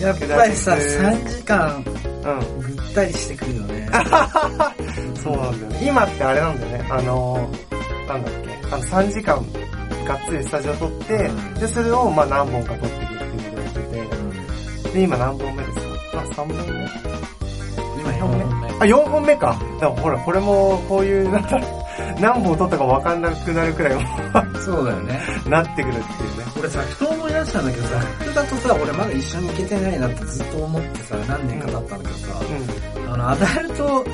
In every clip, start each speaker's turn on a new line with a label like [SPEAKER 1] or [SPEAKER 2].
[SPEAKER 1] やっぱりさ、3時間
[SPEAKER 2] う
[SPEAKER 1] ぐったりしてくるよね。
[SPEAKER 2] ん。そうなんだよね。今ってあれなんだよね。あのー、なんだっけ。あの、3時間、がっつりスタジオ撮って、で、それを、まあ何本か撮っていくっていうのをやってて、で、今何本目ですかあ、3本目
[SPEAKER 1] 今4本目。
[SPEAKER 2] あ、4本目か。でもほら、これも、こういう、なんだろう 何本撮ったか分かんなくなるくらい
[SPEAKER 1] そうだよね。
[SPEAKER 2] なってくるっていうね。
[SPEAKER 1] 俺さ、ふと思い出したんだけどさ、ふとだとさ、俺まだ一緒に行けてないなってずっと思ってさ、何年か経ったんだけどさ、
[SPEAKER 2] うん。
[SPEAKER 1] あの、アダルト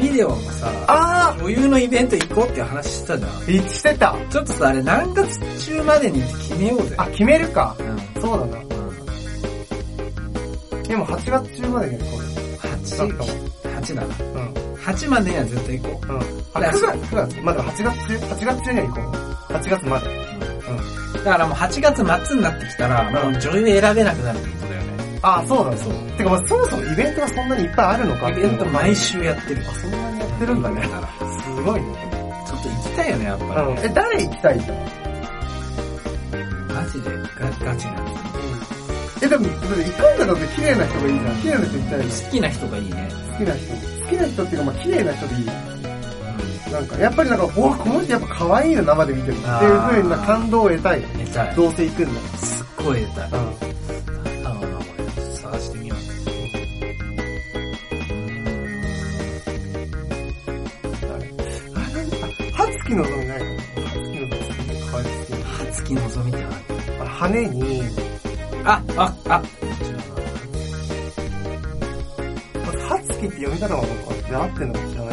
[SPEAKER 1] ビデオのさ、
[SPEAKER 2] あ
[SPEAKER 1] 余裕のイベント行こうっていう話してたじゃん。
[SPEAKER 2] ー一致してた。
[SPEAKER 1] ちょっとさ、あれ何月中までにって決めようぜ。
[SPEAKER 2] あ、決めるか。
[SPEAKER 1] うん。
[SPEAKER 2] そうだな。でも8月中まで結構。
[SPEAKER 1] 8、8だな。
[SPEAKER 2] うん。
[SPEAKER 1] 8までには絶対行こ
[SPEAKER 2] うん。あ、9
[SPEAKER 1] だ
[SPEAKER 2] 月、9月。まだ8月中、8月中には行こう。8月まで。
[SPEAKER 1] う。だからもう8月末になってきたら、もう女優選べなくなるってことだよね。
[SPEAKER 2] あ、そうだね、そう。てか、まあ、そもそもイベントがそんなにいっぱいあるのか
[SPEAKER 1] イベント毎
[SPEAKER 2] 週。
[SPEAKER 1] 週やってる。
[SPEAKER 2] あ、そんなにやってるんだね。
[SPEAKER 1] から
[SPEAKER 2] すごいね。
[SPEAKER 1] ちょっと行きたいよね、やっぱり
[SPEAKER 2] う。ん。え、誰行きたいの
[SPEAKER 1] マジでガガチなの。
[SPEAKER 2] え、でも、だって行くんだとって綺麗な人がいいじゃん。綺麗な人行きたいし。
[SPEAKER 1] 好きな人がいいね。
[SPEAKER 2] 好きな人。好きな人っていうか、まあ、綺麗な人でいい。なんか、やっぱりなんか、おこの人やっぱ可愛いよ、生で見てる。っていう風な感動を得たい。
[SPEAKER 1] 寝たい。
[SPEAKER 2] どうせ行くんだ。
[SPEAKER 1] すっごい寝たい。
[SPEAKER 2] うん。
[SPEAKER 1] あのな、俺、探してみよ
[SPEAKER 2] あれあ、はつきのぞみないのはつきのぞみすげえ可愛くて
[SPEAKER 1] う。はつきのぞみってな
[SPEAKER 2] あ羽に、
[SPEAKER 1] あ、あ、あ、
[SPEAKER 2] はつきって読み方が僕は合ってんのか知らない。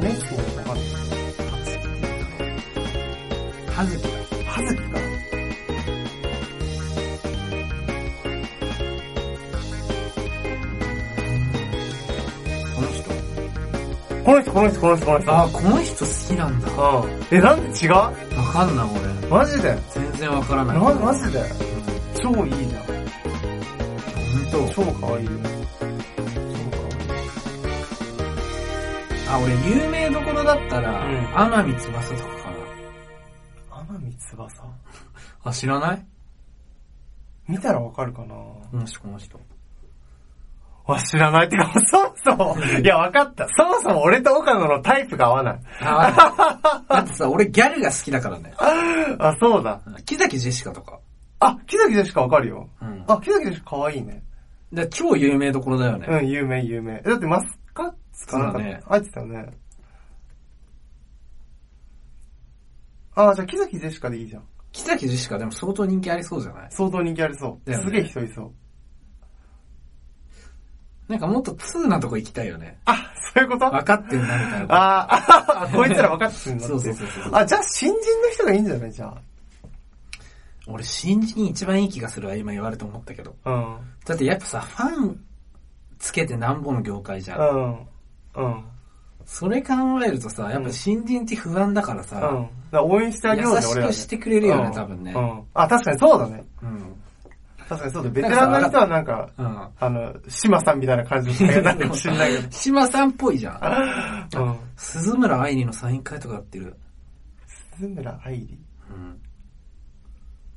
[SPEAKER 2] 羽つきなのかわかんない。
[SPEAKER 1] はずきだ。
[SPEAKER 2] はずきか。
[SPEAKER 1] この人。
[SPEAKER 2] この人、この人、この人、この人。
[SPEAKER 1] あ、この人好きなんだ。わ
[SPEAKER 2] うん。え、なんで違う
[SPEAKER 1] かんない、俺。
[SPEAKER 2] マジで
[SPEAKER 1] 全然わからない。
[SPEAKER 2] な、マジで
[SPEAKER 1] うん
[SPEAKER 2] 超いいじゃん。
[SPEAKER 1] ほんと。
[SPEAKER 2] 超可愛いよ。
[SPEAKER 1] あ、俺、有名どころだったら、
[SPEAKER 2] うん
[SPEAKER 1] 天海翼とかかな。
[SPEAKER 2] 天海翼
[SPEAKER 1] あ、知らない
[SPEAKER 2] 見たらわかるかな
[SPEAKER 1] もしこの人。
[SPEAKER 2] わ、知らない。てか、そもそも、いや、わかった。そもそも俺と岡野のタイプが合わない。
[SPEAKER 1] あ、 だってさ、俺ギャルが好きだからね。
[SPEAKER 2] あ、そうだ。
[SPEAKER 1] 木崎ジェシカとか。
[SPEAKER 2] あ、木崎でしかわかるよ。
[SPEAKER 1] うん。
[SPEAKER 2] あ、木崎でしか可愛いね。
[SPEAKER 1] で超有名どころだよね。
[SPEAKER 2] うん、有名、有名。えだってマスカッツかなんか
[SPEAKER 1] そうだね
[SPEAKER 2] 入ってたよね。あ、じゃあ木崎でしかでいいじゃん。
[SPEAKER 1] 木崎ジェシカでも相当人気ありそうじゃない
[SPEAKER 2] 相当人気ありそう。
[SPEAKER 1] だよね
[SPEAKER 2] すげえ人いそう。
[SPEAKER 1] なんかもっと通なとこ行きたいよね。
[SPEAKER 2] あ、そういうことあ
[SPEAKER 1] 分かってんなみたいな。
[SPEAKER 2] あ、あ、こいつら分かってんだ って。
[SPEAKER 1] そうそうそうそう
[SPEAKER 2] あ、じゃあ新人の人がいいんじゃないじゃ
[SPEAKER 1] 俺新人一番いい気がするわ、今言われて思ったけど。
[SPEAKER 2] あ。うん。
[SPEAKER 1] だってやっぱさ、ファンつけてなんぼの業界じゃん。
[SPEAKER 2] うん。うん。
[SPEAKER 1] それ考えるとさ、やっぱ新人って不安だから
[SPEAKER 2] うん。だ
[SPEAKER 1] さ、
[SPEAKER 2] から応援してあげ
[SPEAKER 1] 優
[SPEAKER 2] ようね、
[SPEAKER 1] し
[SPEAKER 2] 俺
[SPEAKER 1] く
[SPEAKER 2] らね。
[SPEAKER 1] してくれるよね、多分ね
[SPEAKER 2] う。ん。あ、確かにそうだね。
[SPEAKER 1] うん。
[SPEAKER 2] 確かにそうだ。ベテランの人はなんか、
[SPEAKER 1] うん。
[SPEAKER 2] あの、島さんみたいな感じの人がいるかもしれないけ
[SPEAKER 1] 島さんっぽいじゃん。
[SPEAKER 2] ど。うん。
[SPEAKER 1] 鈴村愛理のサイン会とかやってる。
[SPEAKER 2] 鈴村愛理
[SPEAKER 1] うん。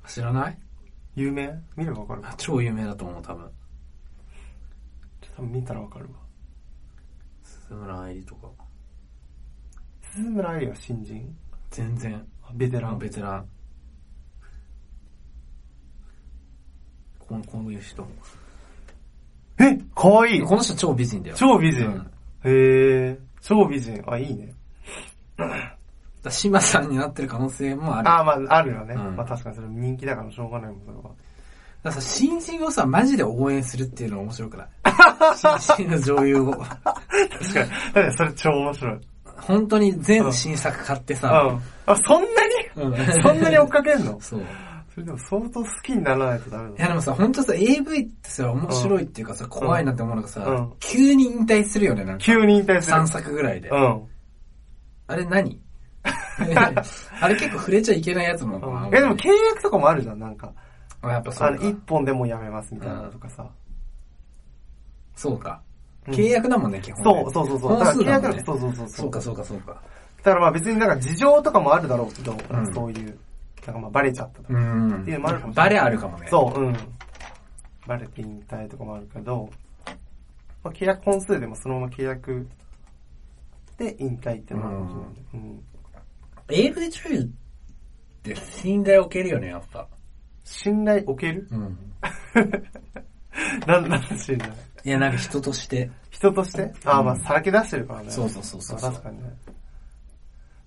[SPEAKER 1] 知らない
[SPEAKER 2] 有名見ればわかる
[SPEAKER 1] あ超有名だと思う、多分。
[SPEAKER 2] 多分見たらわかるわ。
[SPEAKER 1] 鈴村愛理とか。
[SPEAKER 2] 鈴村愛理は新人
[SPEAKER 1] 全然。
[SPEAKER 2] あベテラ
[SPEAKER 1] あ
[SPEAKER 2] ン。
[SPEAKER 1] ベテラン。この、こういう人。
[SPEAKER 2] えかわいい
[SPEAKER 1] この人超美人だよ。
[SPEAKER 2] 超美人
[SPEAKER 1] うんだか。
[SPEAKER 2] へえ。超美人。あ、いいね。
[SPEAKER 1] ら島さんになってる可能性もある。だか
[SPEAKER 2] あ、まあ、あるよね。
[SPEAKER 1] うん
[SPEAKER 2] まあ確かにそれ人気だからしょうがないもん、それは。
[SPEAKER 1] らさ、新人をさ、マジで応援するっていうのは面白く ない新人の女優を。
[SPEAKER 2] 確かに。だってそれ超面白い。うん。
[SPEAKER 1] 本当に全部新作買ってさ。
[SPEAKER 2] あ、そんなに
[SPEAKER 1] うん
[SPEAKER 2] そんなに追っかけんの
[SPEAKER 1] そう。い
[SPEAKER 2] それでも相当好きにならないとダメだ。
[SPEAKER 1] やでもさ、本当さ、AV ってさ、面白いっていうかさ、怖いなって思うのがさ、
[SPEAKER 2] うん
[SPEAKER 1] 急に引退するよね、なんか。
[SPEAKER 2] 急に引退する。
[SPEAKER 1] 3作ぐらいで。
[SPEAKER 2] うん。
[SPEAKER 1] あれ 何あれ結構触れちゃいけないやつなのかな、
[SPEAKER 2] え、でも契約とかもあるじゃん、なんか。
[SPEAKER 1] あやっぱそ
[SPEAKER 2] あ
[SPEAKER 1] う
[SPEAKER 2] の、
[SPEAKER 1] か
[SPEAKER 2] 一。本でもうやめますみたいなのとかさ。
[SPEAKER 1] そうか。
[SPEAKER 2] うん
[SPEAKER 1] 契約だもんね、基本
[SPEAKER 2] そ
[SPEAKER 1] ね。
[SPEAKER 2] うそうそうそう。
[SPEAKER 1] 本
[SPEAKER 2] だから
[SPEAKER 1] 数
[SPEAKER 2] 契
[SPEAKER 1] だ
[SPEAKER 2] 約
[SPEAKER 1] もん
[SPEAKER 2] だ
[SPEAKER 1] ね。
[SPEAKER 2] そうそうそう
[SPEAKER 1] そ
[SPEAKER 2] そうう。だ
[SPEAKER 1] か、そうか、そうか。
[SPEAKER 2] からまあ別になんか事情とかもあるだろうけど、
[SPEAKER 1] うん
[SPEAKER 2] そういう、なんかまあバレちゃったと
[SPEAKER 1] う
[SPEAKER 2] か。
[SPEAKER 1] ん
[SPEAKER 2] っていうのもあるかもしれな
[SPEAKER 1] バ
[SPEAKER 2] い
[SPEAKER 1] レあるかもね。
[SPEAKER 2] そう、うん。バルピンみたいとかもあるけど、まあ、契約本数でもそのまま契約で引退ってのもあるわけなんで、うん。
[SPEAKER 1] 英語で注意って信頼を受けるよね、やっぱ。
[SPEAKER 2] 信頼置ける
[SPEAKER 1] うん。
[SPEAKER 2] なんなんだ信頼
[SPEAKER 1] いや、なんか人として。
[SPEAKER 2] 人としてああ、まあ、
[SPEAKER 1] うん
[SPEAKER 2] さらけ出してるからね。
[SPEAKER 1] そうそうそうそう
[SPEAKER 2] まあ確かにね。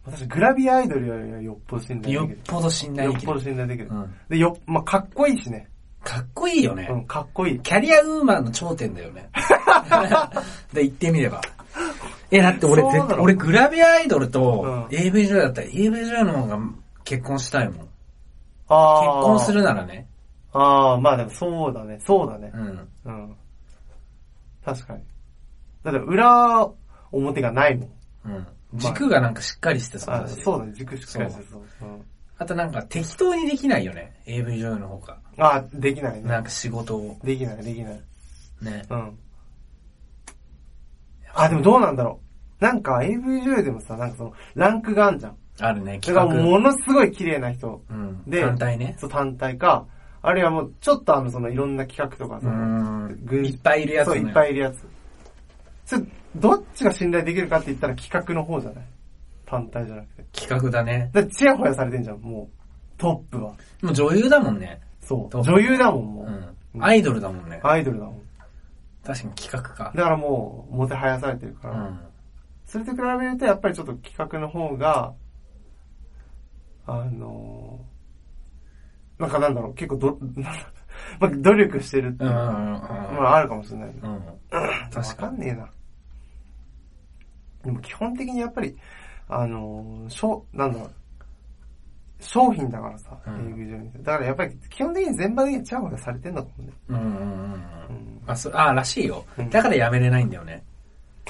[SPEAKER 2] 私、グラビアアイドルよりはよっぽど信頼
[SPEAKER 1] よ
[SPEAKER 2] で
[SPEAKER 1] っ
[SPEAKER 2] きる。
[SPEAKER 1] ぽど信頼
[SPEAKER 2] よ
[SPEAKER 1] で
[SPEAKER 2] っ
[SPEAKER 1] き
[SPEAKER 2] ぽど
[SPEAKER 1] る。
[SPEAKER 2] 信頼できる。
[SPEAKER 1] うん
[SPEAKER 2] で、よ、まあ、かっこいいしね。
[SPEAKER 1] かっこいいよね
[SPEAKER 2] う。ん、かっこいい。
[SPEAKER 1] キャリアウーマンの頂点だよ ね。で、言ってみれば。え、だって俺
[SPEAKER 2] そうなの
[SPEAKER 1] 絶対、俺グラビアアイドル
[SPEAKER 2] う
[SPEAKER 1] と
[SPEAKER 2] ん
[SPEAKER 1] AV 女優だったら AV 女優の方が結婚したいもん。結
[SPEAKER 2] ああ。
[SPEAKER 1] 婚するならね。
[SPEAKER 2] ああ、まあでもそうだね、そうだね
[SPEAKER 1] う。ん。
[SPEAKER 2] うん。確かに。だって裏、表がないもん。
[SPEAKER 1] うん。軸がなんかしっかりしてそう
[SPEAKER 2] あ
[SPEAKER 1] だし。
[SPEAKER 2] そうだね、軸しっかりしてそう。うん、
[SPEAKER 1] あとなんか適当にできないよね。AV 女優の方が。
[SPEAKER 2] ああ、できない
[SPEAKER 1] な
[SPEAKER 2] ね。
[SPEAKER 1] んか仕事を。
[SPEAKER 2] できない、できない。
[SPEAKER 1] ね。
[SPEAKER 2] うん。あ、でもどうなんだろう。なんか AV 女優でもさ、なんかその、ランクがあんじゃん。
[SPEAKER 1] あるね、
[SPEAKER 2] だ
[SPEAKER 1] 企
[SPEAKER 2] から
[SPEAKER 1] 画。
[SPEAKER 2] ものすごい綺麗な人。
[SPEAKER 1] うん。
[SPEAKER 2] で
[SPEAKER 1] 単体ね。
[SPEAKER 2] そう、単体か。あるいはもう、ちょっとあの、その、いろんな企画とか
[SPEAKER 1] う
[SPEAKER 2] さ、
[SPEAKER 1] ん。
[SPEAKER 2] 軍
[SPEAKER 1] いっぱいいるやつ
[SPEAKER 2] そう、
[SPEAKER 1] ね。
[SPEAKER 2] いっぱいいるやつ。それ、どっちが信頼できるかって言ったら企画の方じゃない単体じゃなくて。
[SPEAKER 1] 企画だね。
[SPEAKER 2] だって、チヤホヤされてんじゃん、もう。トップは。
[SPEAKER 1] もう女優だもんね。
[SPEAKER 2] そ
[SPEAKER 1] ト
[SPEAKER 2] う。
[SPEAKER 1] ップ
[SPEAKER 2] 女優だもん、も
[SPEAKER 1] う
[SPEAKER 2] う。
[SPEAKER 1] ん。
[SPEAKER 2] うん
[SPEAKER 1] アイドルだもんね。
[SPEAKER 2] アイドルだもん。
[SPEAKER 1] 確かに企画か。
[SPEAKER 2] だからもう、もてはやされてるか
[SPEAKER 1] う
[SPEAKER 2] ら。
[SPEAKER 1] ん。
[SPEAKER 2] それと比べると、やっぱりちょっと企画の方が、あのー、なんかなんだろう、結構ど、 なんだまあ、努力してるって
[SPEAKER 1] う
[SPEAKER 2] い
[SPEAKER 1] ん
[SPEAKER 2] う
[SPEAKER 1] う
[SPEAKER 2] のは、
[SPEAKER 1] ん
[SPEAKER 2] まあ、あるかもしれない。
[SPEAKER 1] うん。うん。
[SPEAKER 2] わ
[SPEAKER 1] 確
[SPEAKER 2] か
[SPEAKER 1] か
[SPEAKER 2] ん
[SPEAKER 1] に。
[SPEAKER 2] ねえな。でも基本的にやっぱり、あのー、商、なんだろう、商品だからさ、
[SPEAKER 1] うん
[SPEAKER 2] AV 上に。だからやっぱり基本的に全般的にチャーハがされてんだもんね。
[SPEAKER 1] うんうんうん
[SPEAKER 2] う
[SPEAKER 1] うん。
[SPEAKER 2] ん、
[SPEAKER 1] あ、そ、あ、らしいよ
[SPEAKER 2] うん。
[SPEAKER 1] だからやめれないんだよね。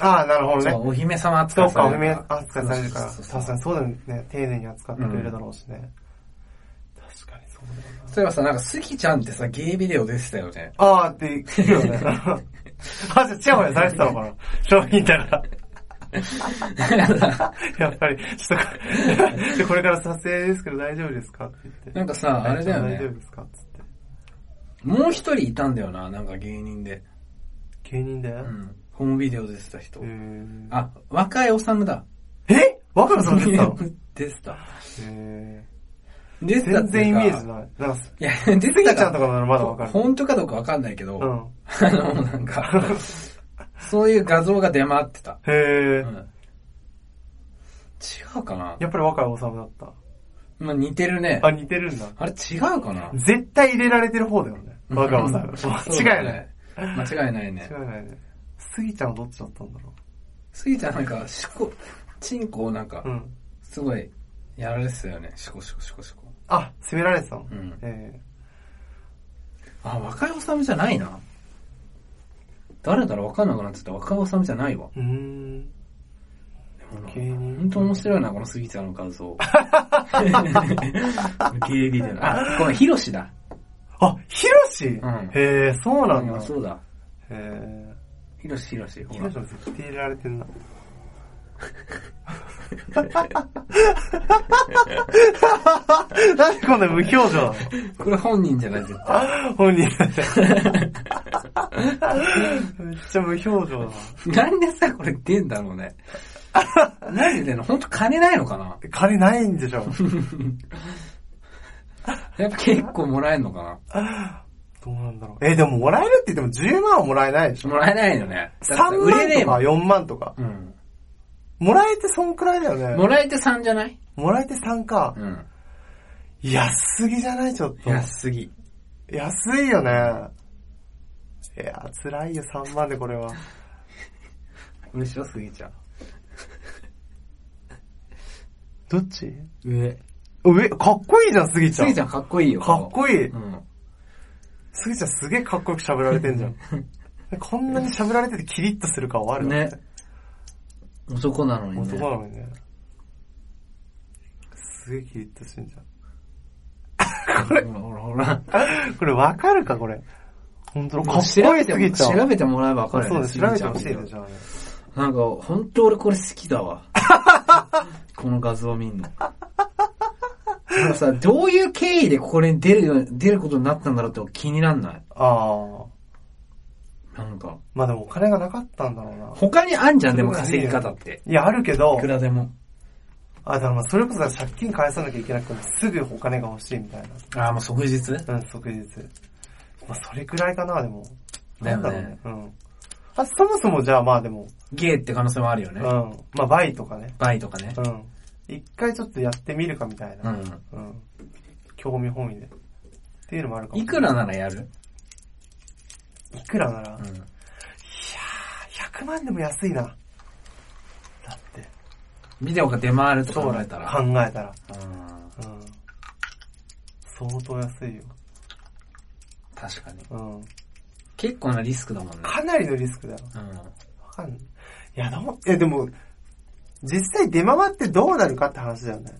[SPEAKER 2] ああ、なるほど
[SPEAKER 1] そ
[SPEAKER 2] ね。
[SPEAKER 1] う、お姫様扱
[SPEAKER 2] そ
[SPEAKER 1] いう
[SPEAKER 2] か、
[SPEAKER 1] さ
[SPEAKER 2] お
[SPEAKER 1] れ
[SPEAKER 2] 姫
[SPEAKER 1] るから。
[SPEAKER 2] 扱いされるから。
[SPEAKER 1] そうそう
[SPEAKER 2] 確
[SPEAKER 1] そ
[SPEAKER 2] か
[SPEAKER 1] う
[SPEAKER 2] にそうだよね。丁寧に扱ってくれるだろうしね。確かにそうだよな。
[SPEAKER 1] そういえばさ、なんか、スギちゃんってさ、ゲイビデオ出てたよね。
[SPEAKER 2] あーって聞くよね。あ、じゃあチヤホヤされてたのかな商品だ から。やっぱり、ちょっとで、これから撮影ですけど大丈夫ですかって言って。
[SPEAKER 1] なんかさ、あれだよ
[SPEAKER 2] 大丈
[SPEAKER 1] ね。
[SPEAKER 2] 夫ですかっつって。
[SPEAKER 1] もう一人いたんだよな、なんか芸人で。
[SPEAKER 2] 芸人だ
[SPEAKER 1] う
[SPEAKER 2] よ。
[SPEAKER 1] ん。ホームビデオ出てた人。
[SPEAKER 2] えー
[SPEAKER 1] あ、若いおさむだ。
[SPEAKER 2] えわかる そうですか
[SPEAKER 1] 出てた。
[SPEAKER 2] え
[SPEAKER 1] 出てた
[SPEAKER 2] 全
[SPEAKER 1] ってい
[SPEAKER 2] 然イ
[SPEAKER 1] う
[SPEAKER 2] メ
[SPEAKER 1] か
[SPEAKER 2] ージない。なんか、
[SPEAKER 1] いや、出て
[SPEAKER 2] スギ
[SPEAKER 1] た
[SPEAKER 2] ちゃんとかならまだわかる。
[SPEAKER 1] 本当かどうかわかんないけど、
[SPEAKER 2] う
[SPEAKER 1] あ
[SPEAKER 2] ん。
[SPEAKER 1] の、なんか、そういう画像が出回ってた。
[SPEAKER 2] へえ、
[SPEAKER 1] うん、違うかな
[SPEAKER 2] やっぱり若いおさむだっ
[SPEAKER 1] まあ、似てるね
[SPEAKER 2] た。。あ、似てるんだ。
[SPEAKER 1] あれ違うかな
[SPEAKER 2] 絶対入れられてる方だよね。若いおさ む。
[SPEAKER 1] そう
[SPEAKER 2] 間違
[SPEAKER 1] だ
[SPEAKER 2] いない。
[SPEAKER 1] ね間違いないね
[SPEAKER 2] 違い。ないね。スギちゃんはどっちだったんだろ
[SPEAKER 1] スギちゃんなんか、しこ、チンコをなんか
[SPEAKER 2] う。う、ん。
[SPEAKER 1] すごい、やられてたよね。シコシコシコシコ。
[SPEAKER 2] あ、責められてたの。
[SPEAKER 1] うん
[SPEAKER 2] ええ
[SPEAKER 1] あ、若いおさむじゃないな。誰だろうわかんなくなっちゃった。若いおさむじゃないわ。
[SPEAKER 2] うーん。
[SPEAKER 1] で
[SPEAKER 2] 芸
[SPEAKER 1] も
[SPEAKER 2] 人
[SPEAKER 1] 本当面白いな、このスギちゃんの画像。 芸ビデオ。あ、このヒロシだ。
[SPEAKER 2] あ、ヒロシ、
[SPEAKER 1] ん
[SPEAKER 2] へえ、そうなんだ。
[SPEAKER 1] あそうだ。
[SPEAKER 2] へえ。
[SPEAKER 1] ヒロシ、ヒロシ。ほ
[SPEAKER 2] ヒ
[SPEAKER 1] ら
[SPEAKER 2] ロシは絶対入れられてんな。なんでこんな無表情なの
[SPEAKER 1] これ本人じゃない、絶対。
[SPEAKER 2] 本人だって。めっちゃ無表情だな。
[SPEAKER 1] なんでさ、これ出んだろう ね。なんで出んの本当金ないのかな
[SPEAKER 2] 金ないんでしょ。
[SPEAKER 1] やっぱ結構もらえんのか
[SPEAKER 2] どうなんだろう。え、でももらえるって言っても10万はもらえないでし
[SPEAKER 1] な
[SPEAKER 2] ょ。
[SPEAKER 1] もらえないよね。
[SPEAKER 2] 3
[SPEAKER 1] だって売れねえも
[SPEAKER 2] 万
[SPEAKER 1] ん。
[SPEAKER 2] とか4万とか。
[SPEAKER 1] うん。
[SPEAKER 2] もらえてそんくらいだよね
[SPEAKER 1] も。らえて3じゃない
[SPEAKER 2] もらえて3か
[SPEAKER 1] う。ん。
[SPEAKER 2] 安すぎじゃないちょっと。
[SPEAKER 1] 安すぎ。
[SPEAKER 2] 安いよね。いや、辛いよ、3万でこれは。
[SPEAKER 1] 嬉しいよ、スギちゃん。
[SPEAKER 2] どっち
[SPEAKER 1] 上。
[SPEAKER 2] 上、かっこいいじゃん、スギち
[SPEAKER 1] ス
[SPEAKER 2] ゃん。
[SPEAKER 1] ギちゃんかっこいいよ。
[SPEAKER 2] かっこいい
[SPEAKER 1] うん。
[SPEAKER 2] スギちゃんすげえかっこよく喋られてんじゃん。こんなに喋られててキリッとする顔ある
[SPEAKER 1] ね。男なのにね。
[SPEAKER 2] 男なのにね。すげえキリッとしてんじ
[SPEAKER 1] これ。ほらほらほら。
[SPEAKER 2] ゃん。これわかるか、これ。本当かっ
[SPEAKER 1] 調
[SPEAKER 2] こ
[SPEAKER 1] べ
[SPEAKER 2] いい
[SPEAKER 1] て
[SPEAKER 2] スギ
[SPEAKER 1] も、
[SPEAKER 2] ちゃん。
[SPEAKER 1] 調べてもらえばわかる
[SPEAKER 2] そう
[SPEAKER 1] よね。
[SPEAKER 2] だ、
[SPEAKER 1] ス
[SPEAKER 2] 調
[SPEAKER 1] ギちゃん
[SPEAKER 2] べてほしいでしょ、あれ
[SPEAKER 1] なんか、 本当俺これ好きだわ。この画像見んの。あのさ、どういう経緯でこれに出るよう、出ることになったんだろうって気になんない
[SPEAKER 2] ああ。
[SPEAKER 1] なんか。
[SPEAKER 2] まあでもお金がなかったんだろうな。
[SPEAKER 1] 他にあんじゃん、でも稼ぎ方って。
[SPEAKER 2] いや、あるけ
[SPEAKER 1] い
[SPEAKER 2] ど
[SPEAKER 1] く、らでも。
[SPEAKER 2] あ、だからまあそれこそ借金返さなきゃいけなくて、すぐお金が欲しいみたい
[SPEAKER 1] ああ、もう即日
[SPEAKER 2] な。うん、即日。まあそれくらいかな、でも。
[SPEAKER 1] だよね
[SPEAKER 2] なんろううん。あ、そもそもじゃあまあでも、
[SPEAKER 1] ゲーって可能性もあるよ
[SPEAKER 2] う
[SPEAKER 1] ね
[SPEAKER 2] ん。。まあバイとかね。
[SPEAKER 1] バイとかね
[SPEAKER 2] う。ん。一回ちょっとやってみるかみたいうな。
[SPEAKER 1] ん。
[SPEAKER 2] うん。興味本位で。っていうのもあるかも。
[SPEAKER 1] いくらならやる
[SPEAKER 2] いくらなら、
[SPEAKER 1] うん。
[SPEAKER 2] 100万でも安いな。だって、
[SPEAKER 1] ビデオが出回ると考えた
[SPEAKER 2] 考
[SPEAKER 1] ら。
[SPEAKER 2] えたら。
[SPEAKER 1] うん。
[SPEAKER 2] うん。相当安いよ。
[SPEAKER 1] 確かに。
[SPEAKER 2] うん。
[SPEAKER 1] 結構なリスクだもんね。
[SPEAKER 2] かなりのリスクだよ。
[SPEAKER 1] う
[SPEAKER 2] わかんない。いや、どう、え、でも、実際出回ってどうなるかって話だよね。
[SPEAKER 1] ん。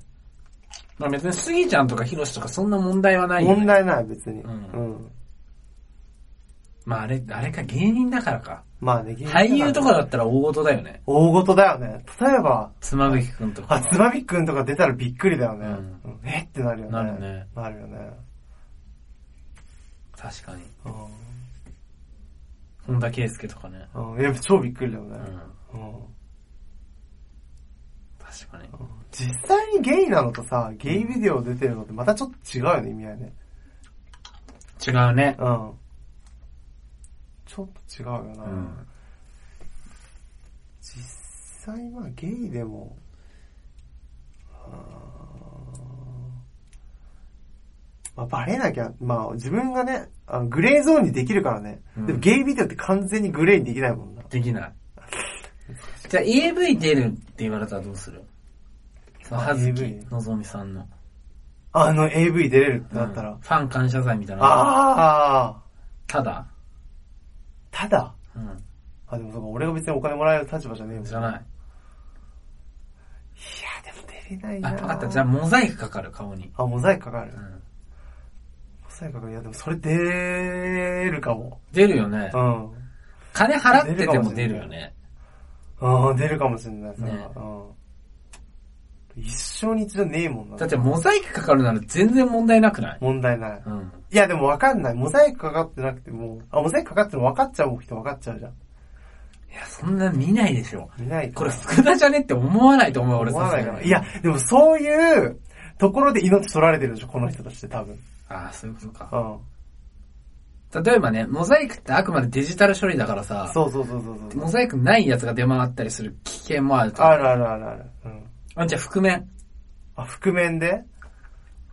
[SPEAKER 1] まあ別にスギちゃんとかヒロシとかそんな問題はないよ、ね。
[SPEAKER 2] 問題ない、別に。
[SPEAKER 1] う
[SPEAKER 2] うんん。
[SPEAKER 1] まああれ、あれか芸人だからか。
[SPEAKER 2] まあね、
[SPEAKER 1] 俳優とかだ
[SPEAKER 2] て
[SPEAKER 1] ったら大事だよね。
[SPEAKER 2] 大事だよね。例えば、
[SPEAKER 1] 妻夫木くんとか。
[SPEAKER 2] あ、つまびっくんとか出たらびっくりだよね。
[SPEAKER 1] う
[SPEAKER 2] うんえってなるよね。
[SPEAKER 1] なるね。
[SPEAKER 2] なるよね。
[SPEAKER 1] 確かに。
[SPEAKER 2] う
[SPEAKER 1] 本田圭佑とかね。
[SPEAKER 2] ん。うん。やっぱ超びっくりだよね
[SPEAKER 1] う。ん。
[SPEAKER 2] うん。
[SPEAKER 1] 確かに。
[SPEAKER 2] 実際にゲイなのとさ、ゲイビデオ出てるのってまたちょっと違うよね、意味合いね。
[SPEAKER 1] 違うね。
[SPEAKER 2] うん。ちょっと違うよな。
[SPEAKER 1] うん。
[SPEAKER 2] 実際まあゲイでも、あーまあバレなきゃ、まあ自分がね、あのグレーゾーンにできるからね。
[SPEAKER 1] うん
[SPEAKER 2] でもゲイビデオって完全にグレーにできないもんな。
[SPEAKER 1] できない。じゃあ AV 出るって言われたらどうするその
[SPEAKER 2] あ
[SPEAKER 1] はずき
[SPEAKER 2] AV
[SPEAKER 1] のぞみさんの。
[SPEAKER 2] あの AV 出れるってなったら。
[SPEAKER 1] うんファン感謝祭みたいな。
[SPEAKER 2] ああ
[SPEAKER 1] ただ
[SPEAKER 2] ただ、
[SPEAKER 1] うん。
[SPEAKER 2] あ、でもそうか、俺が別にお金もらえる立場じゃねえもん。い
[SPEAKER 1] じ
[SPEAKER 2] や、
[SPEAKER 1] ゃない。
[SPEAKER 2] でも出れない
[SPEAKER 1] あ、
[SPEAKER 2] な。
[SPEAKER 1] わかった。じゃあモザイクかかる、顔に。
[SPEAKER 2] あ、モザイクかかる。
[SPEAKER 1] う
[SPEAKER 2] モ
[SPEAKER 1] ん。
[SPEAKER 2] ザイクかかる。いや、でもそれ出るかも。
[SPEAKER 1] 出るよね
[SPEAKER 2] う。ん。
[SPEAKER 1] 金払ってても出るよね。
[SPEAKER 2] ああ、出るかもしれない、それは。
[SPEAKER 1] ね
[SPEAKER 2] うん。一生に一度ねえもんな。
[SPEAKER 1] だってモザイクかかるなら全然問題なくない
[SPEAKER 2] 問題ない。
[SPEAKER 1] うん。
[SPEAKER 2] いや、でもわかんない。モザイクかかってなくても、あ、モザイクかかってるの分かっちゃう人分かっちゃうじゃん。
[SPEAKER 1] いや、そんな見ないでしょ。
[SPEAKER 2] 見ないか
[SPEAKER 1] こ
[SPEAKER 2] ら
[SPEAKER 1] れ少なじゃねって思わないと思う、俺
[SPEAKER 2] 思わないから。
[SPEAKER 1] さすがに
[SPEAKER 2] いや、でもそういうところで命取られてるでしょ、この人たちって多分。
[SPEAKER 1] ああ、そういうことか。
[SPEAKER 2] うん。
[SPEAKER 1] 例えばね、モザイクってあくまでデジタル処理だからさ、
[SPEAKER 2] そうそうそうそうそう。
[SPEAKER 1] モザイクないやつが出回ったりする危険もあると思う
[SPEAKER 2] あるあるあるある。うん。
[SPEAKER 1] あ、じゃあ覆面。
[SPEAKER 2] あ、覆面で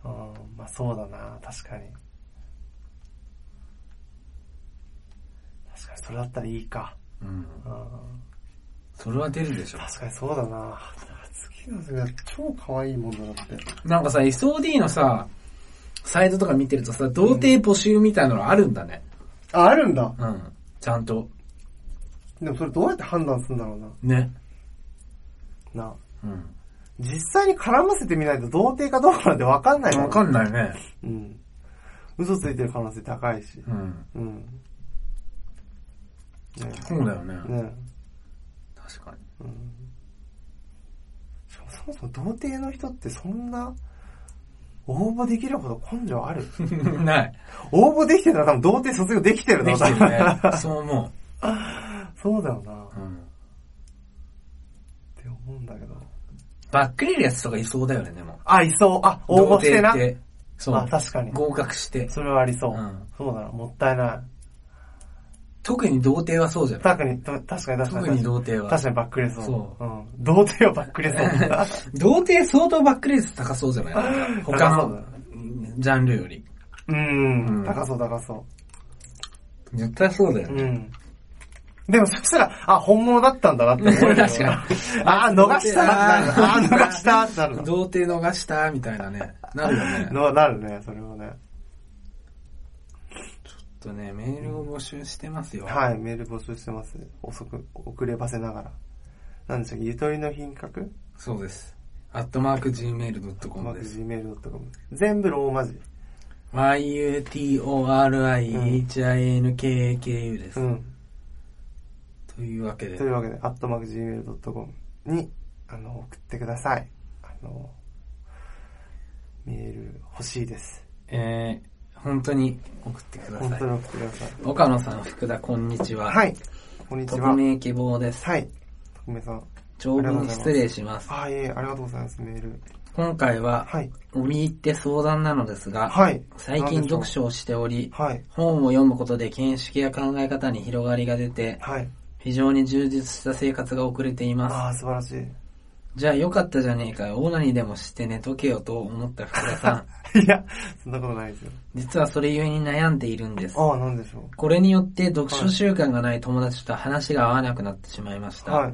[SPEAKER 2] うん。まあそうだな、確かに。確かに、それだったらいいか。
[SPEAKER 1] うん。
[SPEAKER 2] うん。
[SPEAKER 1] それは出るでしょ。
[SPEAKER 2] 確かにそうだな次の世代超可愛いもんだなって。
[SPEAKER 1] なんかさ、SOD のさ、サイトとか見てるとさ、童貞募集みたいなのあるんだね。
[SPEAKER 2] あ、あるんだ。
[SPEAKER 1] うん。ちゃんと。
[SPEAKER 2] でもそれどうやって判断するんだろう
[SPEAKER 1] ね。
[SPEAKER 2] な。な。
[SPEAKER 1] うん。
[SPEAKER 2] 実際に絡ませてみないと童貞かどうかなんてわかんない
[SPEAKER 1] わ
[SPEAKER 2] ん
[SPEAKER 1] かんないね。
[SPEAKER 2] うん。嘘ついてる可能性高いし。
[SPEAKER 1] うん。
[SPEAKER 2] うん。ね
[SPEAKER 1] そうだよね。
[SPEAKER 2] え。ね
[SPEAKER 1] 確かに。
[SPEAKER 2] え。うん。しかもそもそも童貞の人ってそんな、応募できるほど根性 ある
[SPEAKER 1] ない。
[SPEAKER 2] 応募できてるのは多分童貞卒業できてるの
[SPEAKER 1] できてる ね。そう思
[SPEAKER 2] そうだよな。
[SPEAKER 1] う。うん。
[SPEAKER 2] って思うんだけど。
[SPEAKER 1] バックレるやつとかいそうだよね、でも。
[SPEAKER 2] あ、いそう。あ、応募してな
[SPEAKER 1] 童。貞ってそう。
[SPEAKER 2] あ、確かに。
[SPEAKER 1] 合格して。
[SPEAKER 2] それはありそう。
[SPEAKER 1] うん
[SPEAKER 2] そうだな、もったいな
[SPEAKER 1] 特に童貞はそうじゃ
[SPEAKER 2] い。
[SPEAKER 1] ない
[SPEAKER 2] 確かに、と確かに確かに。
[SPEAKER 1] 特に童貞は
[SPEAKER 2] 確。かにバックレそう。
[SPEAKER 1] そ
[SPEAKER 2] うん。童貞はバックレ そう。
[SPEAKER 1] 童貞相当バックレース高そうじゃないなんか他
[SPEAKER 2] 高そうだ
[SPEAKER 1] の
[SPEAKER 2] ね
[SPEAKER 1] ジャンルより。
[SPEAKER 2] うん、
[SPEAKER 1] うん
[SPEAKER 2] 高そう高そ
[SPEAKER 1] 絶対そうだよ
[SPEAKER 2] う。う。ん。でもそしたら、あ、本物だったんだなって思える
[SPEAKER 1] 確か
[SPEAKER 2] に。 あ、逃したなっ てなる。あ、逃したってなる
[SPEAKER 1] 童貞逃したみたいなね。なるよね。ちょっ
[SPEAKER 2] の。 なるね、それはね。
[SPEAKER 1] とね、メールを募集してますよ。
[SPEAKER 2] はい、メール募集してます。遅く、遅ればせながら。なんでしたっけゆとりの品格
[SPEAKER 1] そうです。アットマーク Gmail.com です。
[SPEAKER 2] ?gmail.com。全部ローマ字。
[SPEAKER 1] yutorihinku です、
[SPEAKER 2] うん。
[SPEAKER 1] というわけで
[SPEAKER 2] とい。うわけで、アットマーク Gmail.com に、あの、送ってください。あの、メール欲しいです。
[SPEAKER 1] えー、本当に送ってくだ
[SPEAKER 2] 本
[SPEAKER 1] さい
[SPEAKER 2] 当。に送ってください。
[SPEAKER 1] 岡野さん、福田、こんにちは。。
[SPEAKER 2] はいい。こんにちは。
[SPEAKER 1] 匿名希望です。
[SPEAKER 2] はい。特命さん。
[SPEAKER 1] 長文失礼します。
[SPEAKER 2] あ、いえいえ、ありがとうございます、メール。
[SPEAKER 1] 今回は、
[SPEAKER 2] はい。
[SPEAKER 1] 折り入って相談なのですが、
[SPEAKER 2] はい。
[SPEAKER 1] 最近読書をしており、
[SPEAKER 2] はい。
[SPEAKER 1] 本を読むことで見識や考え方に広がりが出て、
[SPEAKER 2] はい。
[SPEAKER 1] 非常に充実した生活が送れています。
[SPEAKER 2] ああ、素晴らし
[SPEAKER 1] じゃあよかったじゃねえかよ、オーナにでもして寝とけよと思った福田さん。
[SPEAKER 2] い。い や、そんなことないですよ。
[SPEAKER 1] 実はそれゆえに悩んでいるんです。
[SPEAKER 2] ああ、なんでしょ
[SPEAKER 1] これによって読書習慣がない友達と話が合わなくなってしまいまし
[SPEAKER 2] う。
[SPEAKER 1] た。
[SPEAKER 2] はい。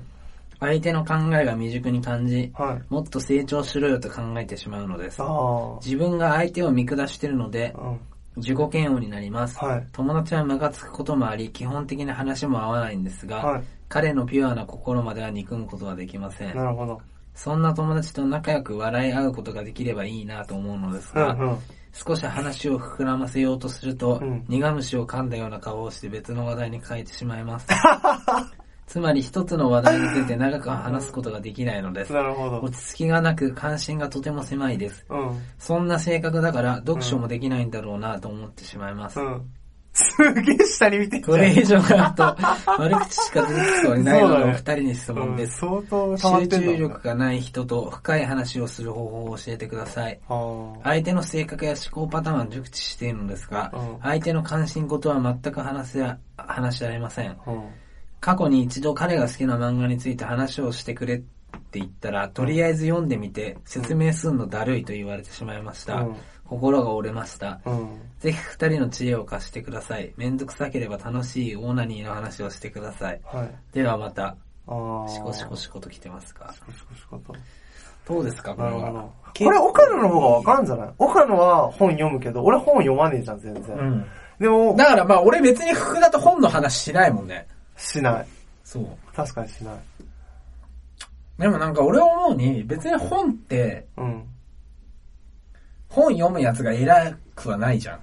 [SPEAKER 1] 相手の考えが未熟に感じ、
[SPEAKER 2] はい。
[SPEAKER 1] もっと成長しろよと考えてしまうのです
[SPEAKER 2] あ。あ。
[SPEAKER 1] 自分が相手を見下してるので、
[SPEAKER 2] うん。
[SPEAKER 1] 自己嫌悪になります。
[SPEAKER 2] はい。
[SPEAKER 1] 友達はムカつくこともあり、基本的な話も合わないんですが、
[SPEAKER 2] は
[SPEAKER 1] 彼のピュアな心までは憎むことはできませ
[SPEAKER 2] い。
[SPEAKER 1] ん。
[SPEAKER 2] なるほど。
[SPEAKER 1] そんな友達と仲良く笑い合うことができればいいなと思うのです
[SPEAKER 2] うん
[SPEAKER 1] が、
[SPEAKER 2] うん。
[SPEAKER 1] 少し話を膨らませようとすると、
[SPEAKER 2] うん
[SPEAKER 1] 苦虫を噛んだような顔をして別の話題に変えてしまい ます。つまり一つの話題について長く話すことができないのです。
[SPEAKER 2] なるほど
[SPEAKER 1] 落。ち着きがなく関心がとても狭いです。
[SPEAKER 2] うん。
[SPEAKER 1] そんな性格だから読書もできないんだろうなと思ってしまいます。
[SPEAKER 2] うん。すげえ下に見てんじゃん
[SPEAKER 1] これ以上ある と悪口しか出てきそうにないの
[SPEAKER 2] そう
[SPEAKER 1] で
[SPEAKER 2] だ
[SPEAKER 1] お
[SPEAKER 2] ね
[SPEAKER 1] 二人に質問
[SPEAKER 2] う
[SPEAKER 1] で
[SPEAKER 2] ん、
[SPEAKER 1] す。
[SPEAKER 2] 相当溜まっ
[SPEAKER 1] 集
[SPEAKER 2] てんだ
[SPEAKER 1] 中力がない人と深い話をする方法を教えてください。
[SPEAKER 2] もんねあ
[SPEAKER 1] 相手の性格や思考パターンは熟知しているのですが
[SPEAKER 2] うん、
[SPEAKER 1] 相手の関心事は全く話せや、話し合えません。
[SPEAKER 2] あ。うん。
[SPEAKER 1] 過去に一度彼が好きな漫画について話をしてくれって言ったら、とりあえず読んでみて、説明すんのだるいと言われてしまいました
[SPEAKER 2] うん。
[SPEAKER 1] 心が折れました。
[SPEAKER 2] うん。
[SPEAKER 1] ぜひ二人の知恵を貸してください。めんどくさければ楽しいオーナニーの話をしてください。
[SPEAKER 2] はい。
[SPEAKER 1] ではまた、
[SPEAKER 2] ああ。
[SPEAKER 1] シコシコ。シコと来てますか
[SPEAKER 2] シ。コシコシコと。
[SPEAKER 1] どうですか、こ
[SPEAKER 2] な
[SPEAKER 1] れ
[SPEAKER 2] るほ
[SPEAKER 1] は
[SPEAKER 2] ど。。これ、岡野の方がわか
[SPEAKER 1] ん
[SPEAKER 2] るんじゃない岡野は本読むけど、俺本読まねえじゃん、全然。でも、
[SPEAKER 1] だからまあ俺別に福田と本の話しないもんね。
[SPEAKER 2] しない。
[SPEAKER 1] そう。
[SPEAKER 2] 確かにしない。
[SPEAKER 1] でもなんか俺思うに、別に本って、
[SPEAKER 2] うん。
[SPEAKER 1] 本読むやつが偉くはないじゃん。